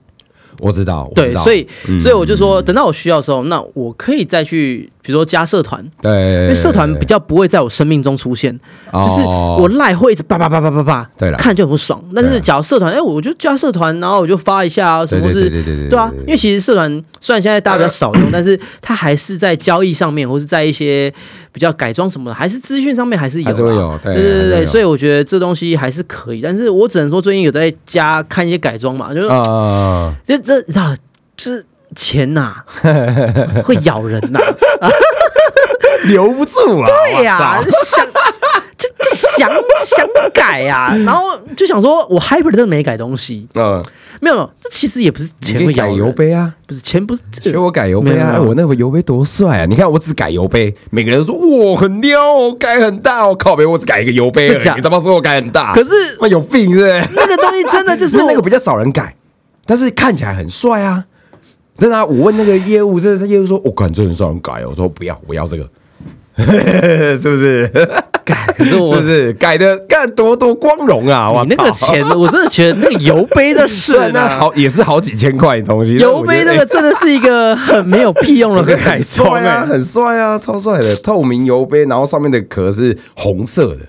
Speaker 2: 我知道，我知
Speaker 1: 对，
Speaker 2: 道嗯
Speaker 1: 所以所以我就说，等到我需要的时候，那我可以再去比如说加社团，
Speaker 2: 对，因
Speaker 1: 因为社团比较不会在我生命中出现，就是我赖会一直叭叭叭叭叭叭，
Speaker 2: 对啦
Speaker 1: 看就很不爽。但
Speaker 2: 对
Speaker 1: 是
Speaker 2: 啊
Speaker 1: 假如社团，哎，我就加社团，然后我就发一下啊，什么
Speaker 2: 对对
Speaker 1: 是，
Speaker 2: 对对对对
Speaker 1: 啊
Speaker 2: 对对，对
Speaker 1: 因为其实社团虽然现在大家比较少用， 但是它还是在交易上面，或是在一些比较改装什么的，还是资讯上面还是有
Speaker 2: 还
Speaker 1: 啦，
Speaker 2: 是会有，对
Speaker 1: 对对对对，所
Speaker 2: 以
Speaker 1: 以我觉得这东西还是可以，但是我只能说最近有在家看一些改装嘛，就是
Speaker 2: 啊，啊
Speaker 1: 这这你知道，就是钱 呐、会咬人呐、
Speaker 2: 留不住啊，
Speaker 1: 对呀、
Speaker 2: 哇塞
Speaker 1: 想 就就想想改呀、然后就想说我 hyper 真的没改东西，
Speaker 2: 嗯，
Speaker 1: 没有，没有，这其实也不是
Speaker 2: 你
Speaker 1: 钱
Speaker 2: 可以
Speaker 1: 会咬
Speaker 2: 改油
Speaker 1: 人，
Speaker 2: 杯啊。
Speaker 1: 不是钱不是这
Speaker 2: 学我改油
Speaker 1: 没
Speaker 2: 杯
Speaker 1: 有没
Speaker 2: 啊！
Speaker 1: 有
Speaker 2: 我那个油杯多帅啊！你看我只改油杯，每个人都说哇很撩哦，改很大哦，靠北我只改一个油杯 而
Speaker 1: 真假
Speaker 2: 已，你他妈说我改很大，
Speaker 1: 可是
Speaker 2: 妈有病是不是？
Speaker 1: 那个东西真的就是
Speaker 2: 因 为那个比较少人改，但是看起来很帅啊！真的、啊，我问那个业务，真的，业务说，我、感觉很少人改哦，我说不要，我要这个， 是不是？
Speaker 1: 改，可是我
Speaker 2: 是不是改的干多多光荣啊！哇，
Speaker 1: 你那个钱，我真的觉得那个油杯 的事
Speaker 2: 虽然那
Speaker 1: 呢。
Speaker 2: 好也是好几千块的东西，
Speaker 1: 油杯那
Speaker 2: 但我觉得
Speaker 1: 个真的是一个很没有屁用的
Speaker 2: 不是
Speaker 1: 改
Speaker 2: 很
Speaker 1: 装
Speaker 2: 帅啊，
Speaker 1: 哎，
Speaker 2: 很帅啊，超帅的透明油杯，然后上面的壳是红色的，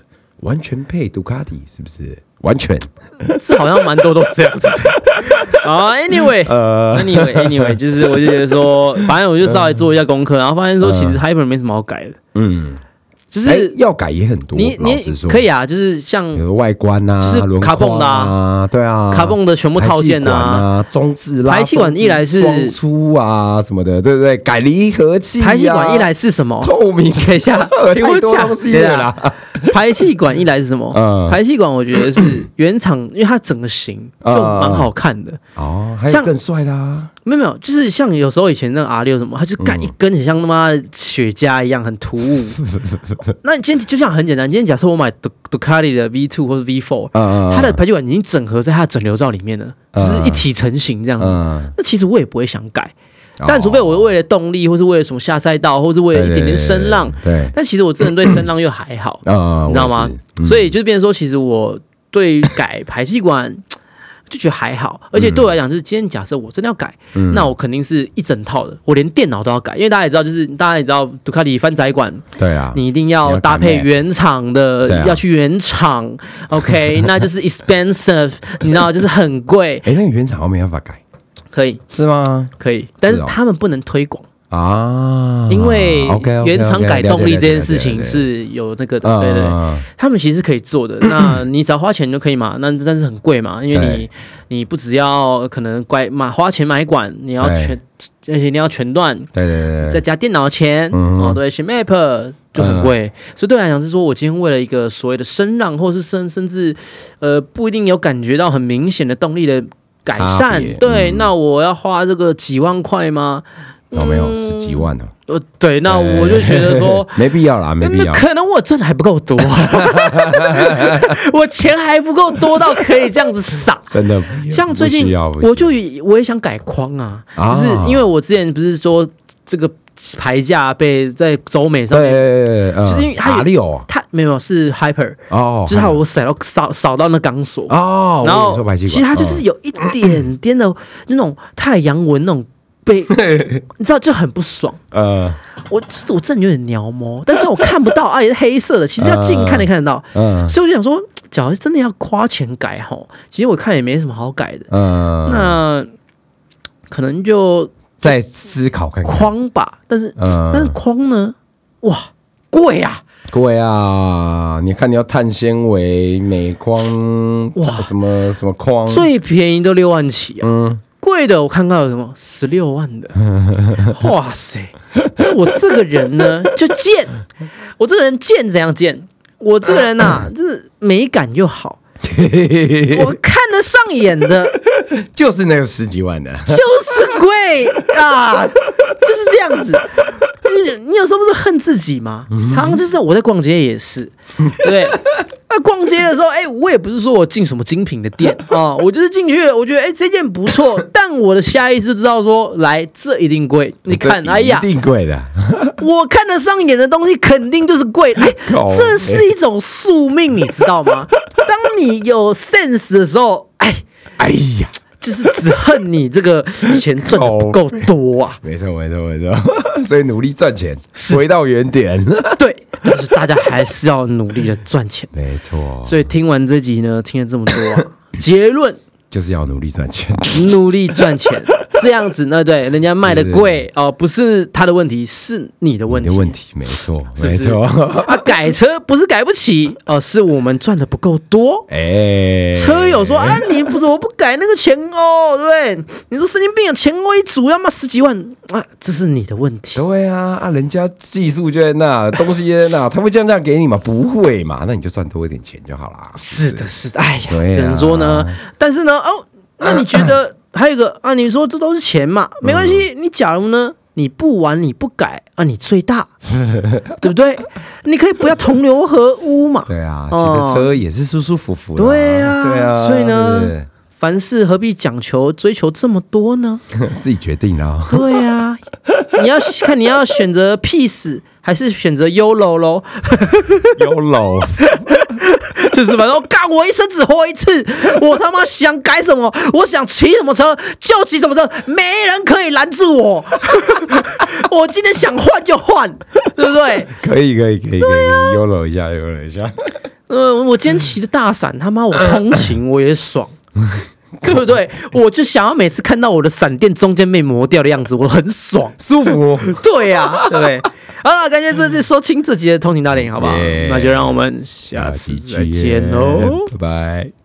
Speaker 2: 完全配杜卡迪，是不是？完全
Speaker 1: 欸这好像蛮多都这样子。啊，anyway，
Speaker 2: 呃
Speaker 1: anyway anyway，就是我就觉得说，反正我就稍微做一下功课，然后发现说其实 Hyper 没什么好改的，
Speaker 2: 嗯，
Speaker 1: 就
Speaker 2: 哎
Speaker 1: 是
Speaker 2: 要改也很多。
Speaker 1: 你
Speaker 2: 老
Speaker 1: 你
Speaker 2: 实说
Speaker 1: 可以啊，就是像
Speaker 2: 有的外观呐、
Speaker 1: 就是
Speaker 2: 轮
Speaker 1: 卡
Speaker 2: 廓
Speaker 1: 蹦的
Speaker 2: 啊，对啊，
Speaker 1: 卡蹦的全部套件
Speaker 2: 排气管啊，中置拉
Speaker 1: 排气管
Speaker 2: 风
Speaker 1: 一来是
Speaker 2: 双出啊什么的，对不对？改离合器、啊，
Speaker 1: 排气管一来是什么？
Speaker 2: 透明，
Speaker 1: 等一 下
Speaker 2: 太，
Speaker 1: 听我
Speaker 2: 多
Speaker 1: 讲
Speaker 2: 东西了
Speaker 1: 等
Speaker 2: 啦，
Speaker 1: 一下排气管一来是什么？
Speaker 2: 嗯
Speaker 1: 排气管我觉得是原厂，因为它整个型
Speaker 2: 啊
Speaker 1: 就蛮好看的。
Speaker 2: 哦，还有
Speaker 1: 像
Speaker 2: 更帅的啊，
Speaker 1: 没有没有，就是像有时候以前那个 R 六什么，它就干一根很像他妈的雪茄一样，很突兀。
Speaker 2: 嗯
Speaker 1: 那你今天就像很简单，今天假设我买杜杜卡迪的 V two 或者 V four，
Speaker 2: 嗯
Speaker 1: 它的排气管已经整合在它的整流罩里面了，
Speaker 2: 嗯
Speaker 1: 就是一体成型这样子。
Speaker 2: 嗯，
Speaker 1: 那其实我也不会想改，但除非
Speaker 2: 哦
Speaker 1: 我为了动力，或是为了什么下赛道，或是为了一点点声浪。，
Speaker 2: 对对对对
Speaker 1: 但其实我这人对声浪又还好，
Speaker 2: 对，啊，
Speaker 1: 你知道吗
Speaker 2: 我也是？嗯
Speaker 1: 所以就是变成说，其实我对于改排气管。 就觉得还好，而且对我来讲，就是今天假设我真的要改，
Speaker 2: 嗯
Speaker 1: 那我肯定是一整套的，我连电脑都要改，因为大家也知道，就是大家也知道，杜卡迪翻窄管，
Speaker 2: 对啊，
Speaker 1: 你一定要搭配原厂的，
Speaker 2: 对啊
Speaker 1: 要去原 厂，OK，那就是 expensive，你知道，就是很贵，
Speaker 2: 哎，那个原厂好像没办法改，
Speaker 1: 可以，
Speaker 2: 是吗？
Speaker 1: 可以，但是
Speaker 2: 是哦
Speaker 1: 他们不能推广，
Speaker 2: 啊，
Speaker 1: 因为
Speaker 2: OK，OK，OK，
Speaker 1: 原厂改动力这件事情
Speaker 2: 了解
Speaker 1: 是有那个的，
Speaker 2: 了
Speaker 1: 对
Speaker 2: 解了解
Speaker 1: 对对
Speaker 2: 了解嗯
Speaker 1: 他们其实可以做 的，那你只要花钱就可以嘛。那但是很贵嘛，因为你
Speaker 2: 对
Speaker 1: 你不只要可能乖买花钱买管，你要
Speaker 2: 对
Speaker 1: 全，而且你要全段，
Speaker 2: 对对对对，
Speaker 1: 再加电脑钱，
Speaker 2: 嗯
Speaker 1: 哦，对，写 map 就很贵。所以对我来讲是说，我今天为了一个所谓的声浪，或是甚甚至呃不一定有感觉到很明显的动力的改
Speaker 2: 差
Speaker 1: 善
Speaker 2: 别，
Speaker 1: 对，
Speaker 2: 嗯
Speaker 1: 那我要花这个几万块吗？
Speaker 2: 有没有十几万呢？
Speaker 1: 呃，对，那我就觉得说。
Speaker 2: 没必要啦，没必
Speaker 1: 那
Speaker 2: 要。
Speaker 1: 嗯可能我赚的还不够 多，我钱还不够多到可以这样子撒。
Speaker 2: 真的不需要，
Speaker 1: 像最
Speaker 2: 不
Speaker 1: 近
Speaker 2: 需要不需要
Speaker 1: 我就以我也想改框啊，
Speaker 2: 啊
Speaker 1: 就是因为我之前不是说这个牌价被在周美上
Speaker 2: 对，
Speaker 1: 面，
Speaker 2: 对对嗯对
Speaker 1: 就是因为它有
Speaker 2: 打六啊
Speaker 1: 它没有是 Hyper，
Speaker 2: 哦，
Speaker 1: 就是它我扫到扫扫到那钢索，
Speaker 2: 哦，
Speaker 1: 然
Speaker 2: 我以为你
Speaker 1: 后
Speaker 2: 说排气
Speaker 1: 其
Speaker 2: 管哦
Speaker 1: 实它就是有一点点 的那种太阳纹那种被，你知道就很不爽。
Speaker 2: 嗯
Speaker 1: 我我真的有点鸟毛，但是我看不到，啊也是黑色的，其实要近
Speaker 2: 啊
Speaker 1: 看才看得到。
Speaker 2: 嗯
Speaker 1: 所以我就想说，假如真的要花钱改吼，其实我看也没什么好改的，
Speaker 2: 嗯，
Speaker 1: 那可能就
Speaker 2: 再思考看看，
Speaker 1: 框吧。但是、
Speaker 2: 嗯
Speaker 1: 但是框呢，哇，贵啊！
Speaker 2: 贵啊！你看你要碳纤维、镁框，
Speaker 1: 哇
Speaker 2: 什么什么框，
Speaker 1: 最便宜都六万起啊，
Speaker 2: 嗯，
Speaker 1: 贵的我看到有什么十六万 的，哇塞！那我这个人呢就贱，我这个人贱怎样贱？我这个人呐、啊 就是美感又好，我看得上眼的。
Speaker 2: 就是那个十几万 的，
Speaker 1: 就是贵 啊，就是这样子。你你有时候不是恨自己吗？
Speaker 2: 嗯
Speaker 1: 常常就是我在逛街也是， 对。那逛街的时候，哎、我也不是说我进什么精品的店啊、我就是进去了，我觉得哎、这件不 错，但我的下意识知道说，来这一定贵。 你看，
Speaker 2: 这
Speaker 1: 哎呀
Speaker 2: 一，定贵 的，
Speaker 1: 我看得上眼的东西肯定就是贵，哎、
Speaker 2: 靠
Speaker 1: 这是一种宿命，你知道吗？当你有 sense 的时候，哎，
Speaker 2: 哎呀，
Speaker 1: 就是只恨你这个钱赚的不够多啊。
Speaker 2: 没错，没错， 没错。所以努力赚钱，
Speaker 1: 是
Speaker 2: 回到原 点。
Speaker 1: 对，但是大家还是要努力的赚钱。
Speaker 2: 没错，
Speaker 1: 所以听完这集呢，听了这么多啊、结论
Speaker 2: 就是要努力赚钱。
Speaker 1: 努力赚 钱，这样子那对人家卖的贵哦、不是他的问题，是你的问
Speaker 2: 你
Speaker 1: 题。
Speaker 2: 的问题，没错，
Speaker 1: 是不
Speaker 2: 没
Speaker 1: 是
Speaker 2: 错。
Speaker 1: 啊，改车不是改不起哦、是我们赚的不够多。
Speaker 2: 哎，
Speaker 1: 车友说啊，你不是我不改那个前欧，对不对？你说神经病啊，前欧一组要卖十几万啊，这是你的问题。
Speaker 2: 对啊，啊，人家技术就在 那，东西也在那，他会这样这样给你吗？不会嘛，那你就赚多一点钱就好啦。
Speaker 1: 是的，是的，哎呀，
Speaker 2: 对啊
Speaker 1: 只能说呢。但是呢，哦，那你觉 得还有一个啊？你说这都是钱嘛，没关系。
Speaker 2: 嗯
Speaker 1: 你假如呢，你不玩你不改啊，你最 大，对不对？你可以不要同流合污嘛。
Speaker 2: 对啊，骑
Speaker 1: 哦
Speaker 2: 的车也是舒舒服服的、
Speaker 1: 对啊，
Speaker 2: 对啊，
Speaker 1: 所以呢
Speaker 2: 对 不，
Speaker 1: 凡事何必讲求追求这么多呢？
Speaker 2: 对自己决定 啦。
Speaker 1: 对呀、你要看你要选择 peace 还是选择 YOLO 咯？
Speaker 2: 有楼，
Speaker 1: 就是反正我干，我一生只活一次，我他妈想改什么，我想骑什么车就骑什么车，没人可以拦住我。 我今天想换就换，对不对？
Speaker 2: 可以可以可以可以，有楼、一下，有楼一下，
Speaker 1: 呃，我今天骑的大闪，他妈我通勤我也爽。对不对？我就想要每次看到我的闪电中间被磨掉的样子，我很爽。
Speaker 2: 舒服。
Speaker 1: 对啊呀、对不对？好了，感谢这次收听这集的通勤大电影，好不好
Speaker 2: Yeah
Speaker 1: 那就让我们下次再见喽。
Speaker 2: 拜拜。